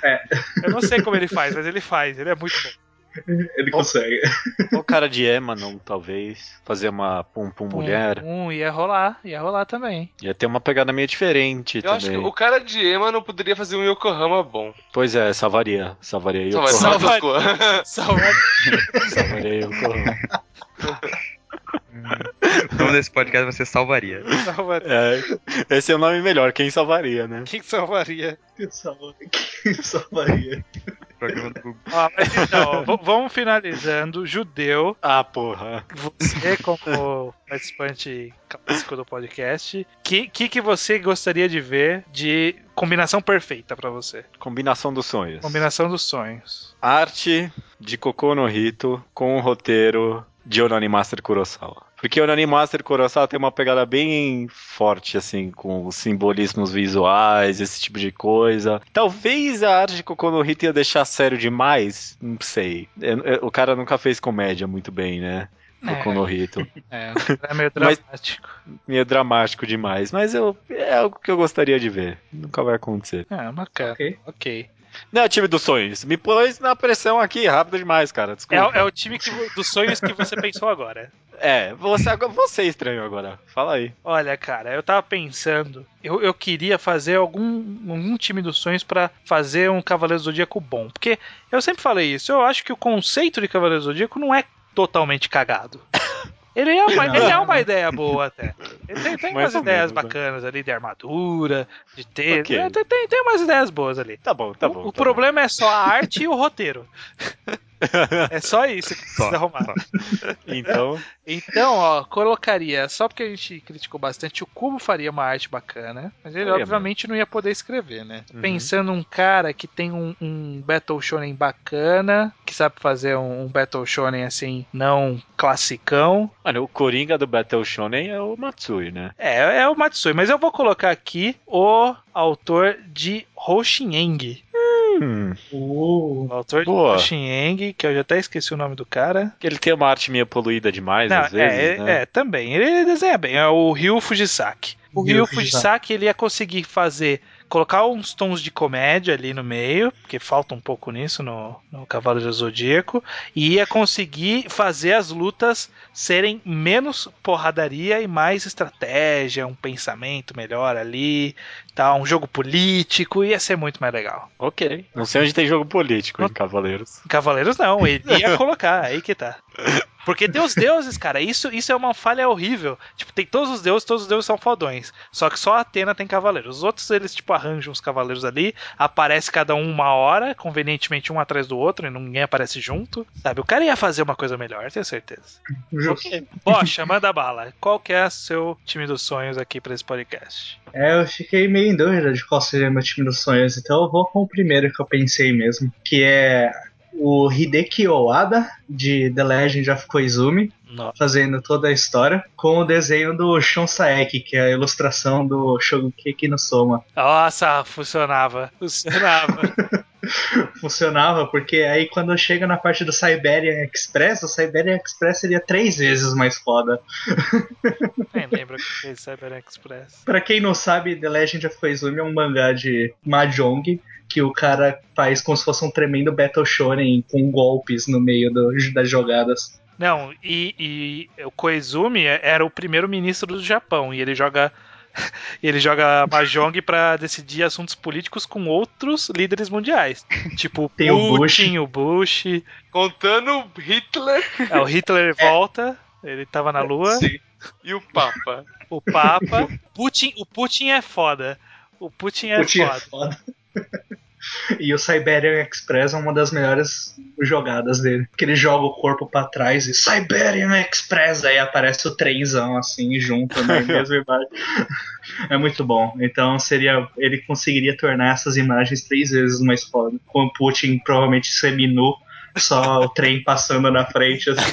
D: É.
A: Eu não sei como ele faz, mas ele faz. Ele é muito bom.
D: Ele consegue.
B: Ou o cara de Emanon, talvez. Fazer uma pum pum mulher.
A: Hum, ia rolar. Ia rolar também.
B: Ia ter uma pegada meio diferente
C: Eu acho que
B: também.
C: o cara de Ema não poderia fazer um Yokohama bom.
B: Pois é, salvaria. Salvaria
C: Só vai
B: Yokohama.
A: salva-
C: salvar.
A: Salvador.
B: Salvaria Yokohama.
E: O nome desse podcast vai ser Salvaria.
A: Salvador.
B: É, esse é o nome melhor, quem salvaria, né?
A: Quem salvaria?
D: Que salvaria.
E: programa do Google.
A: Ó, mas então, v- vamos finalizando. Judeu,
B: Ah, porra.
A: você como participante clássico do podcast, que, que que você gostaria de ver de combinação perfeita pra você?
B: Combinação dos sonhos.
A: Combinação dos sonhos.
B: Arte de Cocô no Rito com o roteiro de Onani Master Kurosawa. Porque Onani Master Kurosawa tem uma pegada bem forte, assim, com os simbolismos visuais, esse tipo de coisa. Talvez a arte de Cocô no Rito ia deixar sério demais, não sei. Eu- eu- o cara nunca fez comédia muito bem, né? Cocô no Rito.
A: É, é meio
B: Mas-
A: dramático.
B: meio dramático demais, mas eu, é algo que eu gostaria de ver. Nunca vai acontecer.
A: Ah, bacana.
D: Ok.
A: Ok.
B: Não, time dos sonhos. Me pôs na pressão aqui, rápido demais, cara.
A: É,
B: Desculpa.
A: é o time que, vo- dos sonhos que você pensou agora.
B: É, você, agora- você é estranho agora. Fala aí.
A: Olha, cara, eu tava pensando. Eu, eu queria fazer algum, algum time dos sonhos pra fazer um Cavaleiro do Zodíaco bom. Porque eu sempre falei isso. Eu acho que o conceito de Cavaleiro do Zodíaco não é totalmente cagado. Ele é uma,
D: Não.
A: ele é uma ideia boa até. Ele tem, tem
B: Mais
A: umas
B: ou
A: ideias
B: menos, né?
A: bacanas ali de armadura, de ter.
B: Ok.
A: né, Tem, tem, tem umas ideias boas ali.
B: Tá bom, tá
A: o
B: bom.
A: o
B: tá
A: problema é só a arte e o roteiro. é só isso que
E: Só,
A: precisa arrumar.
E: só.
B: bom.
A: é
B: Então,
A: Então, ó, colocaria, só porque a gente criticou bastante, o Cubo faria uma arte bacana, mas ele
B: Faria
A: obviamente não ia poder escrever, né?
B: Uhum.
A: Pensando um cara que tem um, um Battle Shonen bacana, que sabe fazer um, um Battle Shonen assim, não classicão,
B: mano, o Coringa do Battle Shonen é o Matsui, né?
A: é, é o Matsui. Mas eu vou colocar aqui o autor de Hoshineng.
B: Hum,
D: Uh,
A: O autor
B: Boa.
A: de Hoshineng, que eu já até esqueci o nome do cara.
B: ele tem uma arte meio poluída demais,
A: Não,
B: às vezes,
A: é,
B: né?
A: é, também. Ele desenha bem. É o Ryu Fujisaki. O
D: Ryu
A: Ryu
D: Fujisaki.
A: Fujisaki, ele ia conseguir fazer... Colocar uns tons de comédia ali no meio, porque falta um pouco nisso no, no Cavaleiro Zodíaco, e ia conseguir fazer as lutas serem menos porradaria e mais estratégia, um pensamento melhor ali, tal, um jogo político, ia ser muito mais legal.
B: Ok. Não sei onde tem jogo político em Cavaleiros.
A: Cavaleiros não, ele ia colocar, aí que tá. Porque tem os deuses, cara, isso, isso é uma falha horrível. Tipo, tem todos os deuses, todos os deuses são fodões. Só que só a Atena tem cavaleiros. Os outros, eles, tipo, arranjam os cavaleiros ali, aparece cada um uma hora, convenientemente um atrás do outro, e ninguém aparece junto, sabe? O cara ia fazer uma coisa melhor, tenho certeza.
D: justo.
A: Bocha, manda bala. Qual que é o seu time dos sonhos aqui pra esse podcast?
D: É, eu fiquei meio em dúvida de qual seria meu time dos sonhos, então eu vou com o primeiro que eu pensei mesmo, que é o Hideki Oada, de The Legend of Koizumi,
A: No-
D: fazendo toda a história, com o desenho do Shun Saeki, que é a ilustração do Shogukeki no Soma.
A: Nossa, funcionava. Funcionava.
D: funcionava, porque aí quando chega na parte do Siberian Express, o Siberian Express seria três vezes mais foda.
A: Nem lembro o que fez Cyber Express.
D: Pra quem não sabe, The Legend of Koizumi é um mangá de Mahjong, que o cara faz como se fosse um tremendo Battle Shonen com golpes no meio do- das jogadas.
A: Não, e, e o Koizumi é, era o primeiro-ministro do Japão e ele joga ele joga mahjong pra decidir assuntos políticos com outros líderes mundiais, tipo
D: Tem o Bush.
A: Putin, o Bush,
C: Contando Hitler
A: é, o Hitler volta, ele tava
D: É,
A: na lua,
C: Sim. e o Papa.
A: o Papa, Putin, o Putin é foda. O Putin é
D: Putin
A: foda.
D: foda. E o Siberian Express é uma das melhores jogadas dele. Que ele joga o corpo pra trás e Siberian Express, aí aparece o trenzão assim junto, né? Mesmo embaixo. É muito bom. Então seria. Ele conseguiria tornar essas imagens três vezes mais foda. Com o Putin provavelmente seminu, só o trem passando na frente. Assim.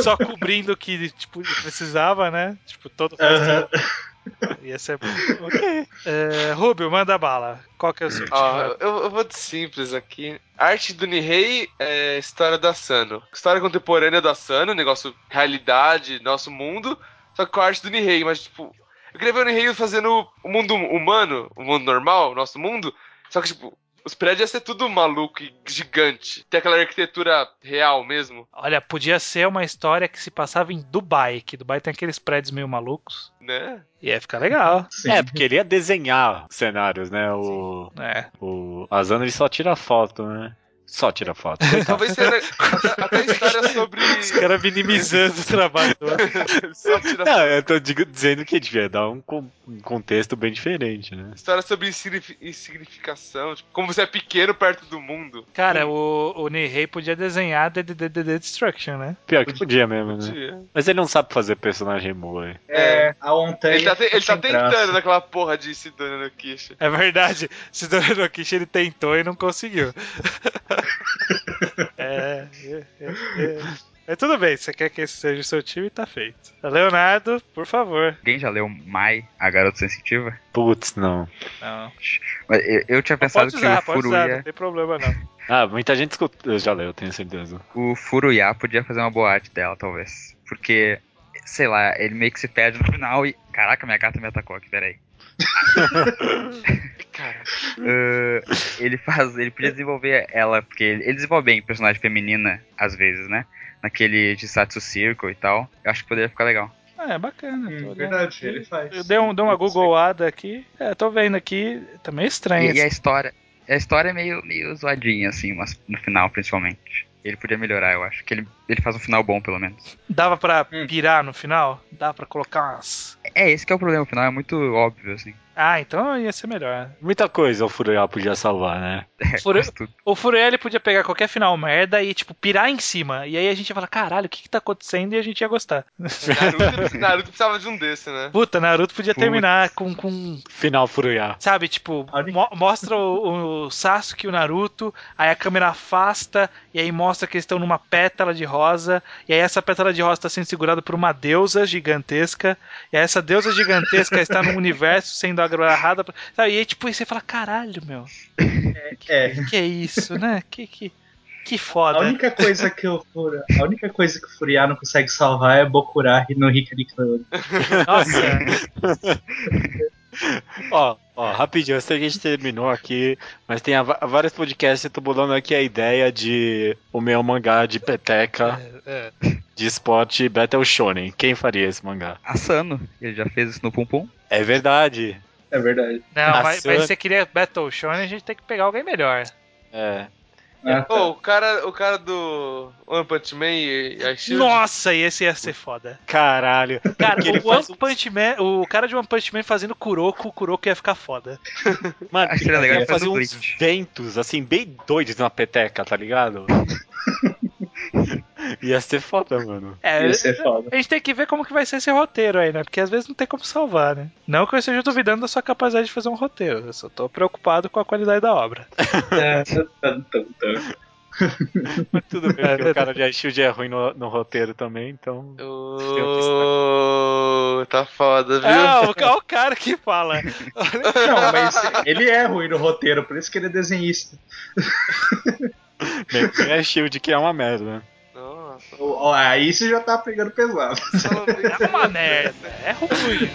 A: Só cobrindo o que tipo, precisava, né? Tipo, todo o resto
D: Aham.
A: ia ser bom. Ok. É, Rubio, manda bala. Qual que é o seu time?
C: Ó, eu, eu vou de simples aqui. Arte do Nihei é história da Sano. História contemporânea da Sano, negócio realidade, nosso mundo. Só que com a arte do Nihei, mas tipo. Eu queria ver o Nihei fazendo o mundo humano, o mundo normal, o nosso mundo. Só que, tipo, os prédios ia ser tudo maluco e gigante. Tem aquela arquitetura real mesmo,
A: Olha, podia ser uma história que se passava em Dubai, que Dubai tem aqueles prédios meio malucos.
C: né?
A: E ia ficar legal.
D: Sim.
B: É, porque ele ia desenhar cenários, né? O,
A: É.
B: o Azano ele só tira foto, né? Só tira foto.
C: Talvez tenha até, até história sobre.
A: Os caras minimizando o trabalho. do outro.
C: Só tira
B: Não, eu tô digo- dizendo que devia dar um, con- um contexto bem diferente, né?
C: História sobre insignifi- insignificação, tipo, como você é pequeno perto do mundo.
A: Cara, o, o Nihei podia desenhar DDD Destruction, né?
B: Pior que podia mesmo, né?
C: Tia.
B: Mas ele não sabe fazer personagem mole.
D: É, a Ontan.
C: Ele tá, te- ele tá
D: sem graça.
C: tentando naquela porra de se dando no quiche.
A: É verdade. Sidora no Kishi ele tentou e não conseguiu. é, é, é, é. Mas tudo bem, você quer que esse seja o seu time, tá feito. Leonardo, por favor.
E: Alguém já leu Mai, a garota sensitiva?
B: Putz, não.
A: Não.
E: Mas eu, eu tinha pensado
A: Pode
E: que
A: usar,
E: o
A: pode usar,
E: Furuya,
A: não tem problema não.
B: Ah, muita gente escutou. Eu já leio, tenho certeza.
E: o Furuya podia fazer uma boate dela, talvez. Porque, sei lá, ele meio que se perde no final e. Caraca, minha gata me atacou aqui, peraí.
C: Cara,
E: Ah, ele faz. Ele podia desenvolver ela, porque ele, ele desenvolve bem personagem feminina, às vezes, né? Naquele de Satsu Circle e tal. Eu acho que poderia ficar legal.
A: Ah, é bacana. tô
F: Hum,
A: olhando
F: verdade,
A: aqui.
F: ele faz.
A: Eu dei, um, dei uma
F: Eu sei.
A: googleada aqui. É, tô vendo aqui. Tá meio estranho.
E: E, e a história. A história é meio, meio zoadinha, assim, mas no final, principalmente. Ele podia melhorar, eu acho. Que ele, ele faz um final bom, pelo menos.
A: Dava pra
F: Hum.
A: pirar no final? Dá pra colocar umas.
E: É, esse que é o problema. O final é muito óbvio, assim.
A: Ah, então ia ser melhor.
B: Muita coisa o Furuya podia salvar, né?
E: É,
A: Fure-
E: quase tudo.
A: O Furiel ele podia pegar qualquer final merda e, tipo, pirar em cima. E aí a gente ia falar, caralho, o que que tá acontecendo? E a gente ia gostar.
C: Naruto, Naruto precisava de um desse, né?
A: Puta, Naruto podia
E: Putz.
A: terminar com, com.
B: Final Furuya.
A: Sabe, tipo,
D: Olha.
A: mo- mostra o, o Sasuke e o Naruto, aí a câmera afasta, e aí mostra que eles estão numa pétala de rosa, e aí essa pétala de rosa tá sendo segurada por uma deusa gigantesca, e aí essa deusa gigantesca está no universo sendo agarrada. pra- Sabe, e aí, tipo, aí você fala, caralho, meu,
D: É,
A: que que é isso, né? Que, que, que
D: a
A: foda.
D: única coisa que o Fura- a única coisa que o Furiá não consegue salvar é Bokura no Hikari Club.
A: Nossa.
B: Ó, ó, rapidinho, eu sei que a gente terminou aqui, mas tem a va- vários podcasts eu tô bolando aqui a ideia de o meu mangá de peteca de esporte Battle Shonen. Quem faria esse mangá?
E: Asano, ele já fez isso no Pum Pum.
B: É verdade.
F: É verdade.
A: Não,
B: A
A: mas,
B: sua-
A: mas se você queria Battle Shonen, a gente tem que pegar alguém melhor.
B: É.
F: Ah,
C: Ô, o cara, o cara do One Punch Man e a Shield.
A: Nossa, e esse ia ser foda.
B: Caralho.
A: Cara,
B: Porque ele
A: o One
B: faz um-
A: Punch Man, o cara de One Punch Man fazendo Kuroko, o Kuroko ia ficar foda.
B: Mano,
E: Acho que seria legal
B: ia
E: ele fazer
B: fazer
E: um
B: uns
E: glitch.
B: ventos, assim, bem doidos na peteca, tá ligado? ia ser foda, mano.
A: É,
F: Ia ser foda.
A: a gente tem que ver como que vai ser esse roteiro aí, né? Porque às vezes não tem como salvar, né? Não que eu esteja duvidando da sua capacidade de fazer um roteiro, eu só tô preocupado com a qualidade da obra.
F: É, tan, tan, tan.
B: Mas tudo bem, porque o cara de Shield é ruim no, no roteiro também, então.
C: Ô, tá foda, viu?
A: Ah, o, ca- o cara que fala.
D: Não, mas ele é ruim no roteiro, por isso que ele é desenhista.
B: Bem, bem é Shield que é uma merda.
C: Nossa,
D: Ó, ó, Aí você já tá pegando pesado.
A: É uma merda, é ruim.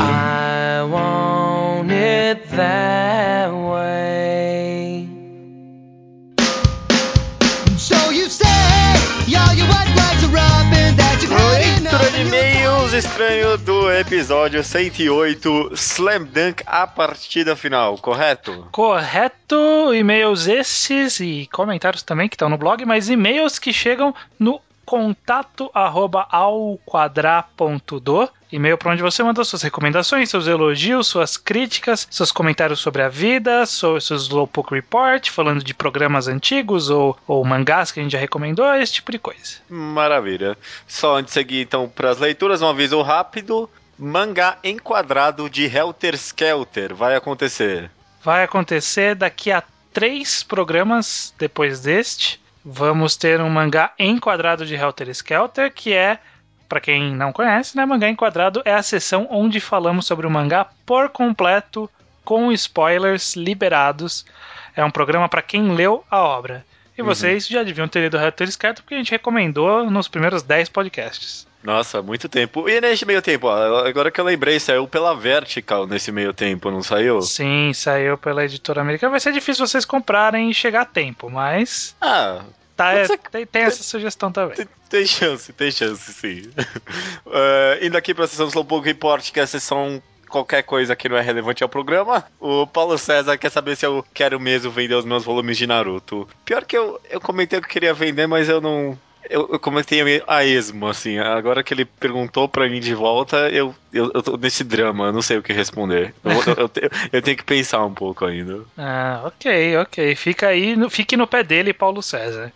G: I want it that way.
H: So you say, yo, you want right to rub and that you've had enough.
B: Leitura de
H: and you're
B: e-mails estranho do episódio 108 Slam Dunk a partida final, correto?
A: Correto, e-mails esses e comentários também que estão no blog, mas e-mails que chegam no contato arroba alquadra.do e-mail para onde você mandou suas recomendações, seus elogios, suas críticas, seus comentários sobre a vida, so- seus Slowpoke Report, falando de programas antigos ou, ou mangás que a gente já recomendou, esse tipo de coisa.
B: Maravilha. Só antes de seguir então para as leituras, um aviso rápido. Mangá enquadrado de Helter Skelter vai acontecer.
A: Vai acontecer daqui a três programas depois deste. Vamos ter um mangá enquadrado de Helter Skelter, que é, pra quem não conhece, né? Mangá enquadrado é a sessão onde falamos sobre o mangá por completo, com spoilers liberados. É um programa pra quem leu a obra. E vocês já deviam ter lido Helter Skelter, porque a gente recomendou nos primeiros 10 podcasts.
B: Nossa, muito tempo. E nesse meio tempo, ó, agora que eu lembrei, saiu pela Vertical nesse meio tempo, não saiu?
A: Sim, saiu pela editora americana. Vai ser difícil vocês comprarem e chegar a tempo, mas
B: Ah,
A: Tá, é,
B: Você-
A: tem, tem essa sugestão também.
B: Tem- Tem chance, tem chance, sim. Eh, indo aqui para a sessão Slowpoke Report, que é a sessão qualquer coisa que não é relevante ao programa, o Paulo César quer saber se eu quero mesmo vender os meus volumes de Naruto. Pior que eu, eu comentei que eu queria vender, mas eu não... Eu, eu comentei a esmo, assim. Agora que ele perguntou pra mim de volta, eu, eu, eu tô nesse drama, eu não sei o que responder. Eu, vou- eu- eu- eu tenho que pensar um pouco ainda.
A: Ah, ok, ok. Fica aí, no- fique no pé dele, Paulo César.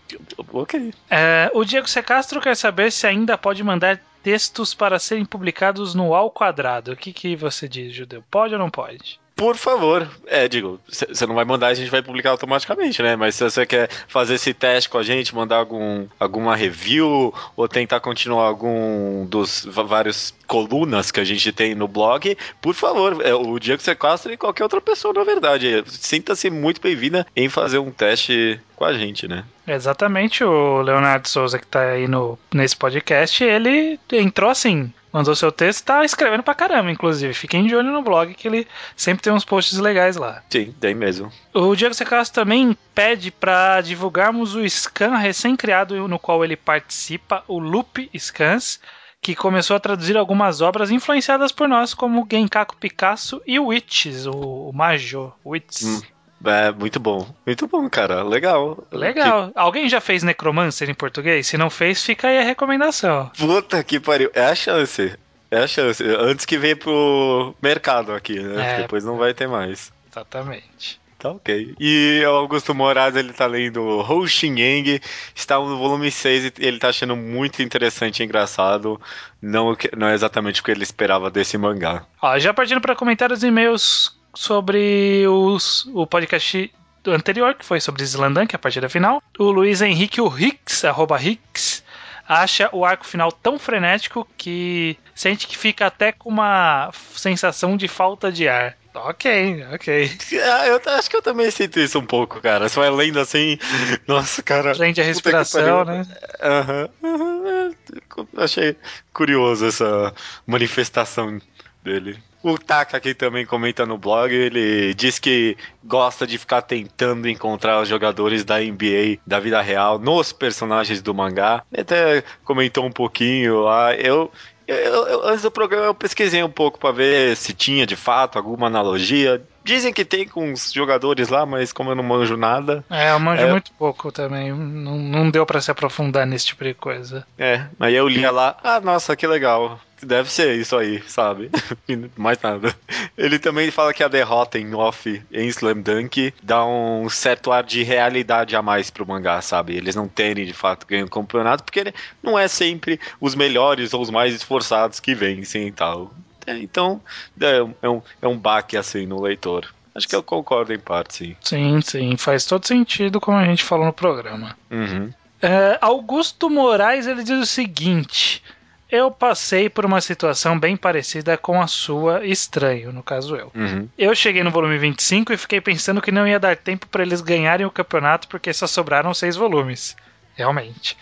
B: Ok.
A: É, o Diego Secastro quer saber se ainda pode mandar textos para serem publicados no Ao Quadrado. O que, que você diz, Judeu? Pode ou não pode?
B: Por favor. É, digo, você não vai mandar, a gente vai publicar automaticamente, né? Mas se você quer fazer esse teste com a gente, mandar algum, alguma review ou tentar continuar algum dos va- vários colunas que a gente tem no blog, por favor, é, o Diego Sequastra e qualquer outra pessoa, na verdade. Sinta-se muito bem-vinda em fazer um teste com a gente, né?
A: É Exatamente, o Leonardo Souza que tá aí no, nesse podcast, ele entrou assim, mandou seu texto, tá escrevendo pra caramba, inclusive. Fiquem de olho no blog que ele sempre tem uns posts legais lá.
B: Sim, tem mesmo.
A: O Diego Secasso também pede para divulgarmos o scan recém-criado no qual ele participa, o Loop Scans, que começou a traduzir algumas obras influenciadas por nós, como Genkaku Picasso e Witches, o o Majo Witches.
B: Hum, É, muito bom. Muito bom, cara. Legal.
A: Legal. Alguém já fez Necromancer em português? Se não fez, fica aí a recomendação.
B: Puta que pariu. É a chance. É a chance. Antes que venha pro mercado aqui, né?
A: É.
B: Depois não vai ter mais.
A: Exatamente.
B: Tá ok. E o Augusto Moraes, ele tá lendo Hou Xin Yang, está no volume 6 e ele tá achando muito interessante e engraçado. Não, o que- não é exatamente o que ele esperava desse mangá.
A: Ó, já partindo para comentários e e-mails sobre os- o podcast do anterior, que foi sobre Zilandan, que é a partida final. O Luiz Henrique, o Hicks, arroba Hicks, acha o arco final tão frenético que sente que fica até com uma sensação de falta de ar. Ok, ok.
B: Ah, eu t- acho que eu também sinto isso um pouco, cara. Você vai lendo assim. Nossa, cara.
A: Prende a
B: Puta que
A: respiração,
B: pariu.
A: né?
B: Aham. aham, é, Achei curioso essa manifestação dele. O Taka aqui também comenta no blog, ele diz que gosta de ficar tentando encontrar os jogadores da NBA da vida real nos personagens do mangá. Ele até comentou um pouquinho lá. Eu, eu- eu- antes do programa eu pesquisei um pouco pra ver se tinha de fato alguma analogia. Dizem que tem com os jogadores lá, mas como eu não manjo nada,
A: É, eu manjo
B: É.
A: muito pouco também. Não, não deu para se aprofundar nesse tipo de coisa.
B: É, aí eu lia lá, ah, nossa, que legal. Deve ser isso aí, sabe? E Mais nada. Ele também fala que a derrota em off em Slam Dunk dá um certo ar de realidade a mais pro mangá, sabe? Eles não terem de fato ganho o campeonato, porque ele não é sempre os melhores ou os mais esforçados que vencem e tal. É, Então, é um, é um, é um baque assim no leitor. Acho que eu concordo em parte, sim.
A: Sim, sim. Faz todo sentido como a gente falou no programa.
B: Uhum.
A: É, Augusto Moraes ele diz o seguinte: Eu passei por uma situação bem parecida com a sua, estranho, no caso eu.
B: Uhum.
A: Eu cheguei no volume 25 e fiquei pensando que não ia dar tempo para eles ganharem o campeonato porque só sobraram seis volumes. Realmente.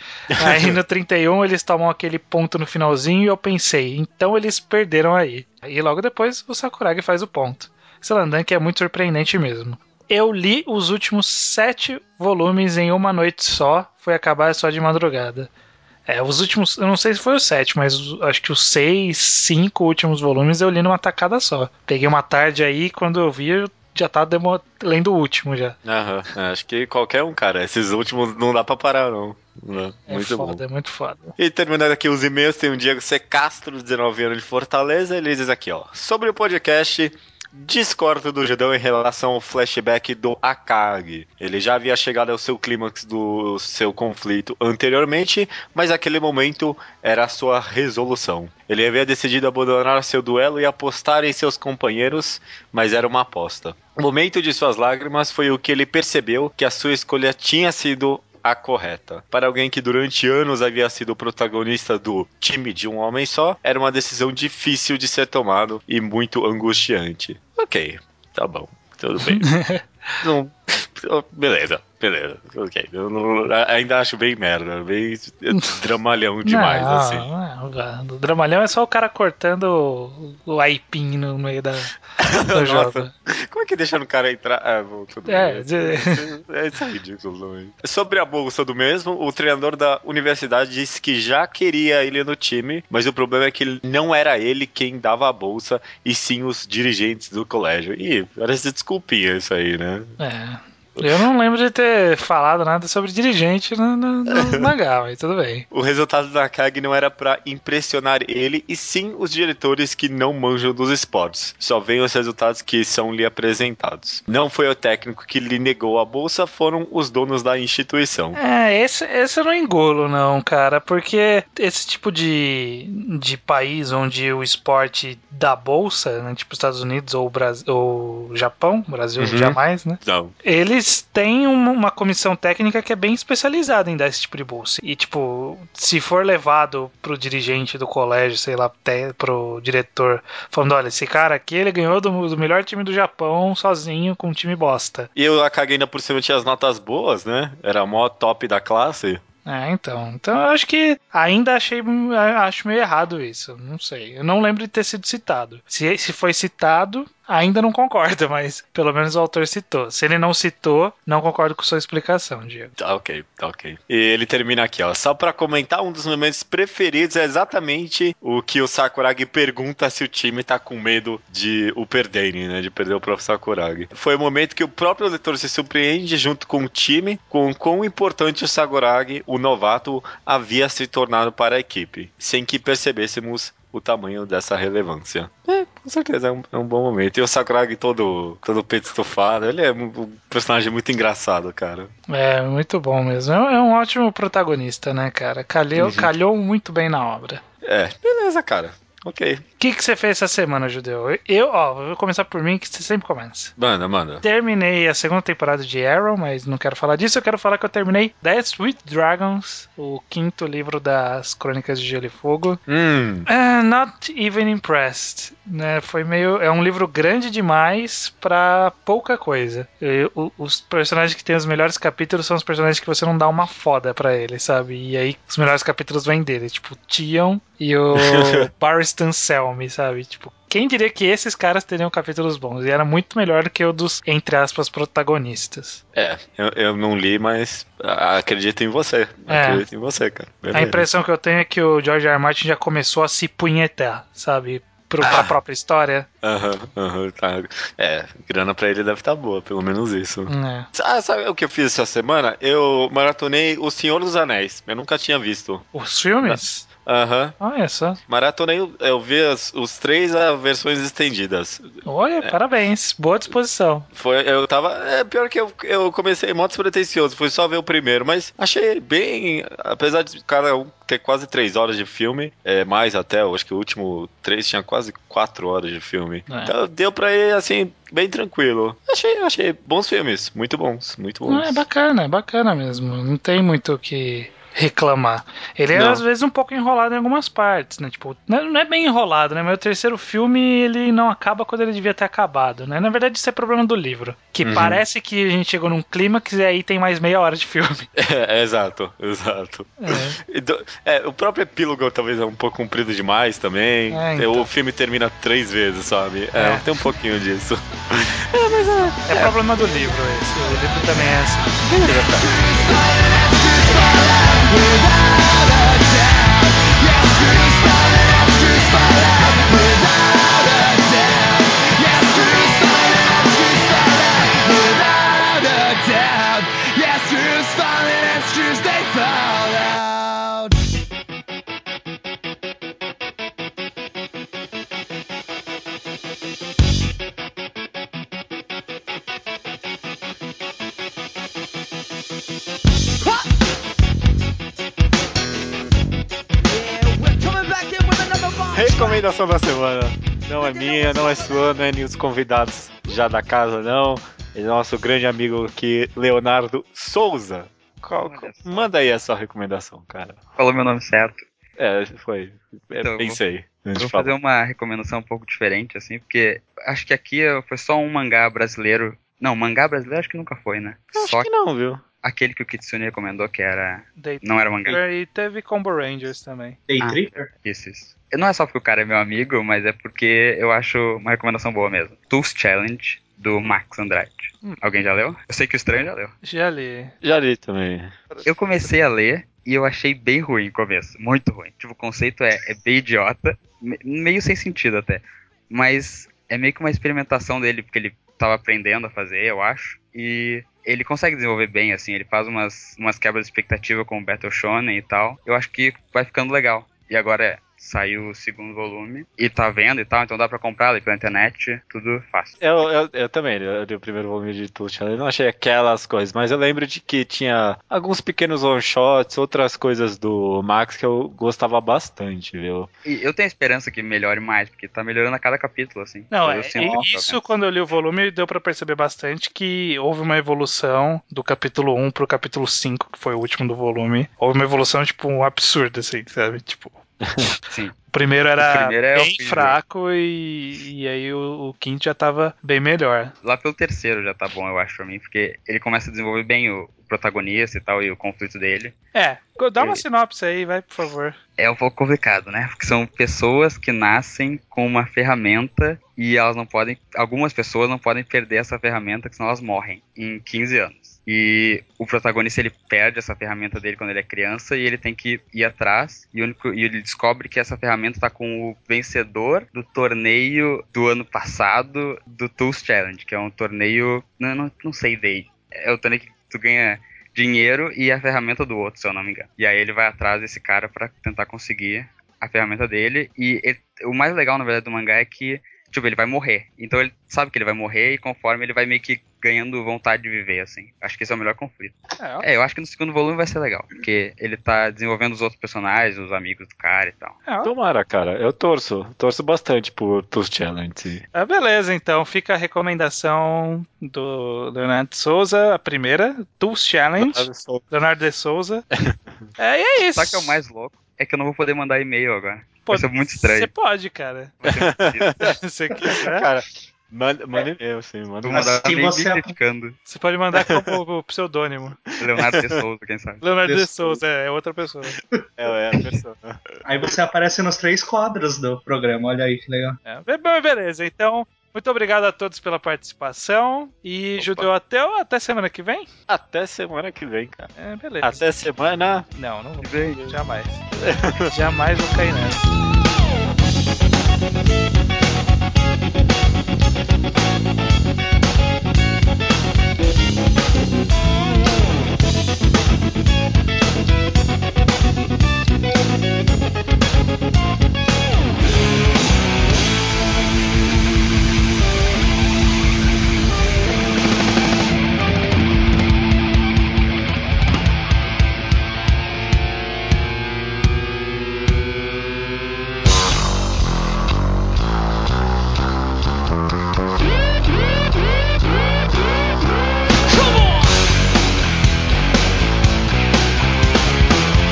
A: Aí no 31 eles tomam aquele ponto no finalzinho e eu pensei, então eles perderam aí. E logo depois o Sakuragi faz o ponto. Selandan que é muito surpreendente mesmo. Eu li os últimos sete volumes em uma noite só, foi acabar só de madrugada. É, os últimos, eu não sei se foi o sete, mas os- acho que os seis, cinco últimos volumes eu li numa tacada só. Peguei uma tarde aí, quando eu vi, eu já tava demo- lendo o último já.
B: Aham, é, acho que qualquer um, cara. Esses últimos não dá pra parar, não. Não,
A: É
B: muito
A: foda,
B: bom.
A: é muito foda.
B: E terminando aqui os e-mails, tem o Diego C. Castro, 19 anos de Fortaleza. Ele diz aqui, ó. Sobre o podcast, discordo do Gedão em relação ao flashback do Akagi. Ele já havia chegado ao seu clímax do seu conflito anteriormente, mas aquele momento era a sua resolução. Ele havia decidido abandonar seu duelo e apostar em seus companheiros, mas era uma aposta. O momento de suas lágrimas foi o que ele percebeu que a sua escolha tinha sido a correta. Para alguém que durante anos havia sido o protagonista do time de um homem só, era uma decisão difícil de ser tomado e muito angustiante. Ok, tá bom, tudo bem. Não, Beleza, beleza. Ok. Eu não- a- ainda acho bem merda, bem dramalhão demais,
A: Não,
B: assim.
A: não, o dramalhão é só o cara cortando o, o aipim no meio da, do jogo.
B: Nossa. Como é que deixaram o cara entrar? Ah, bom, tudo
A: É,
B: bem.
A: de-
B: É, isso é ridículo também. Sobre a bolsa do mesmo, o treinador da universidade disse que já queria ele no time, mas o problema é que não era ele quem dava a bolsa, e sim os dirigentes do colégio. E parece desculpinha isso aí, né?
A: é. Eu não lembro de ter falado nada sobre dirigente no, no, no mangá, mas tudo bem.
B: O resultado da CAG não era pra impressionar ele, e sim os diretores que não manjam dos esportes. Só veem os resultados que são lhe apresentados. Não foi o técnico que lhe negou a bolsa, foram os donos da instituição.
A: É, esse, esse eu não engolo, não, cara, porque esse tipo de, de país onde o esporte dá bolsa, né, tipo Estados Unidos ou, Brasil, ou Japão, Brasil
B: Uhum.
A: jamais, né?
B: Não.
A: Eles têm uma, uma comissão técnica que é bem especializada em dar esse tipo de bolsa. E, tipo, se for levado pro dirigente do colégio, sei lá, até pro diretor, falando: olha, esse cara aqui ele ganhou do, do melhor time do Japão sozinho com um time bosta.
B: E eu caguei ainda por cima tinha as notas boas, né? Era a mó top da classe.
A: É, então. Então eu acho que ainda achei é, acho meio errado isso. Não sei. Eu não lembro de ter sido citado. Se, se foi citado, ainda não concordo, mas pelo menos o autor citou. Se ele não citou, não concordo com sua explicação, Diego.
B: Tá ok, tá ok. E ele termina aqui, ó. Só pra comentar, um dos momentos preferidos é exatamente o que o Sakuragi pergunta se o time tá com medo de o perderem, né? De perder o próprio Sakuragi. Foi o momento que o próprio leitor se surpreende junto com o time com o quão importante o Sakuragi, o novato, havia se tornado para a equipe, sem que percebêssemos o tamanho dessa relevância. Com certeza, é um, é um bom momento. E o Sakuragi todo, todo peito estufado, ele é um, um personagem muito engraçado, cara.
A: É, muito bom mesmo. É é um ótimo protagonista, né, cara? Calhou,
B: Uhum.
A: calhou muito bem na obra.
B: É, beleza, cara. Ok.
A: O que, que você fez essa semana, Judeu? Eu, ó, vou começar por mim, que você sempre começa.
B: Manda, manda.
A: Terminei a segunda temporada de Arrow, mas não quero falar disso. Eu quero falar que eu terminei Death with Dragons, o quinto livro das Crônicas de Gelo e Fogo.
B: Hum.
A: Ah, not even impressed, né? Foi meio, é um livro grande demais pra pouca coisa. E o- os personagens que têm os melhores capítulos são os personagens que você não dá uma foda pra eles, sabe? E aí os melhores capítulos vêm dele, tipo o Tion e o Barristan Selmy, sabe? Tipo, quem diria que esses caras teriam capítulos bons? E era muito melhor do que o dos entre aspas protagonistas.
B: É, eu, eu não li, mas ah, acredito em você.
A: É.
B: Acredito em você, cara.
A: A
B: Beleza.
A: impressão que eu tenho é que o George R. R. Martin já começou a se punhetar, sabe? Pro, pra própria história.
B: Aham, aham, tá. É, grana pra ele deve estar boa, pelo menos isso.
A: né?
B: Ah, sabe o que eu fiz essa semana? Eu maratonei O Senhor dos Anéis. Eu nunca tinha visto.
A: Os filmes?
B: Aham.
A: Olha só.
B: Maratonei, eu vi as- os três ah, versões estendidas.
A: Olha,
B: É.
A: parabéns. Boa disposição.
B: Foi, eu tava. É pior que eu, eu comecei mó despretensioso, fui só ver o primeiro, mas achei bem. Apesar de cada um ter quase três horas de filme, é, mais até, eu acho que o último três tinha quase quatro horas de filme.
A: É.
B: Então deu pra ir assim, bem tranquilo. Achei, achei bons filmes, muito bons, muito
A: Não,
B: bons.
A: é bacana, é bacana mesmo. Não tem muito o que reclamar. Ele é,
B: Não.
A: às vezes, um pouco enrolado em algumas partes, né? Tipo, não não é bem enrolado, né? Mas o terceiro filme, ele não acaba quando ele devia ter acabado, né? Na verdade, isso é problema do livro. Que
B: Uhum.
A: parece que a gente chegou num clímax e aí tem mais meia hora de filme.
B: É, é, exato, exato.
A: É.
B: Então, é, o próprio epílogo talvez é um pouco comprido demais também.
A: É, então.
B: O filme termina três vezes, sabe?
A: É.
B: é. tem um pouquinho disso.
A: É, problema do livro esse. O livro também é assim.
B: Recomendação da semana. Não é minha, não é sua, não é nenhum dos convidados já da casa, não. É nosso grande amigo aqui, Leonardo Souza. Qual-
E: Olha
B: qual-
E: só.
B: manda aí a sua recomendação, cara.
E: Falou meu nome certo.
B: É, foi. É,
E: Então,
B: pensei. antes
E: Eu
B: de
E: Vou
B: falar.
E: fazer uma recomendação um pouco diferente, assim, porque acho que aqui foi só um mangá brasileiro Não, mangá brasileiro acho que nunca foi, né?
B: Eu acho
E: Só
B: que não, viu?
E: aquele que o Kitsune recomendou que era.
A: Day
E: Não era mangá.
A: Tripper e teve Combo Rangers também.
D: Day
E: Ah.
D: Tripper?
E: Isso, isso. Não é só porque o cara é meu amigo, mas é porque eu acho uma recomendação boa mesmo. Tools Challenge, do Max Andrade.
A: Hum.
E: Alguém já leu? Eu sei que o estranho já leu.
A: Já li.
B: Já li também.
E: Eu comecei a ler e eu achei bem ruim o começo. Muito ruim. Tipo, o conceito é, é bem idiota. me- Meio sem sentido até. Mas é meio que uma experimentação dele, porque ele tava aprendendo a fazer, eu acho. E ele consegue desenvolver bem, assim. Ele faz umas, umas quebras de expectativa com o Battle Shonen e tal. Eu acho que vai ficando legal. E agora é, saiu o segundo volume. E tá vendo e tal, então dá pra comprar ali pela internet. Tudo fácil.
B: Eu, eu, eu também, eu li o primeiro volume de Tool Channel, eu não achei aquelas coisas, mas eu lembro de que tinha alguns pequenos one-shots, outras coisas do Max que eu gostava bastante, viu?
E: E eu tenho a esperança que melhore mais, porque tá melhorando a cada capítulo, assim.
A: Não,
E: Eu
A: é,
E: sinto
A: e isso quando eu li o volume deu pra perceber bastante que houve uma evolução do capítulo 1 pro capítulo 5, que foi o último do volume. Houve uma evolução, tipo, um absurdo, assim, sabe? Tipo.
E: Sim.
A: O primeiro era
E: O primeiro é o
A: bem
E: Freezer.
A: fraco e, e aí o, o quinto já tava bem melhor.
E: lá pelo terceiro já tá bom, eu acho, pra mim, porque ele começa a desenvolver bem o o protagonista e tal, e o conflito dele.
A: É, dá uma
E: E-
A: sinopse aí, vai, por favor.
E: É um pouco complicado, né? Porque são pessoas que nascem com uma ferramenta e elas não podem. Algumas pessoas não podem perder essa ferramenta, que senão elas morrem em 15 anos. E o protagonista ele perde essa ferramenta dele quando ele é criança e ele tem que ir atrás. E, o único- e ele descobre que essa ferramenta tá com o vencedor do torneio do ano passado do Tools Challenge, que é um torneio. Não, não, não sei, dei. É o torneio que tu ganha dinheiro e a ferramenta do outro, se eu não me engano. E aí ele vai atrás desse cara pra tentar conseguir a ferramenta dele. E ele- o mais legal, na verdade, do mangá é que, tipo, ele vai morrer. Então ele sabe que ele vai morrer e conforme ele vai meio que ganhando vontade de viver, assim. Acho que esse é o melhor conflito.
A: Ah.
E: É, eu acho que no segundo volume vai ser legal, porque ele tá desenvolvendo os outros personagens, os amigos do cara e tal.
B: Tomara, cara, eu torço, torço bastante por Tool Challenge.
A: Ah, beleza, então fica a recomendação do Leonardo de Souza, a primeira, Tools Challenge, Leonardo de Souza. É, e é isso.
E: Só que é o mais louco. É que eu não vou poder mandar e-mail agora.
A: Pô,
E: vai ser é muito estranho.
A: Você pode, cara. né?
E: Vai ser muito difícil.
A: Se Você, quiser,
B: Cara, manda, manda eu, sim, manda
E: Vou
B: um
E: mandar
D: Assim
E: bem- bem
D: você-
E: criticando.
A: você pode mandar como o pseudônimo.
E: Leonardo de Souza, quem sabe.
A: Leonardo de
D: Deus.
A: Souza, é é outra pessoa.
B: é, é a pessoa.
D: Aí você aparece nos três quadros do programa, olha aí que legal.
A: É, be- be- beleza, então, muito obrigado a todos pela participação. E
E: Opa.
A: Judeu até, até semana que vem?
B: Até semana que vem, cara.
A: É, beleza.
B: Até semana.
A: Não, não vou.
E: Ah, Vem.
A: Jamais. Jamais vou cair nessa.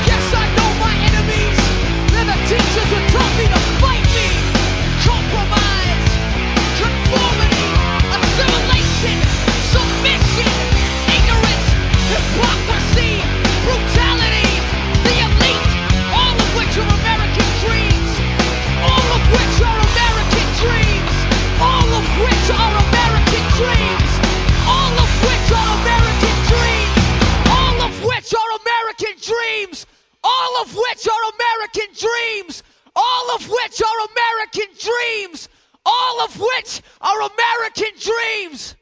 H: Yes, I know my enemies. They're the teachers who taught me to fight me. Compromise, conformity, assimilation, submission, ignorance, hypocrisy, brutality, the elite, all of which are American dreams. All of which are American dreams. All of which are American dreams. All of which are American dreams. All of which are American dreams. All of which are American dreams. All of which are American dreams. All of which are American dreams.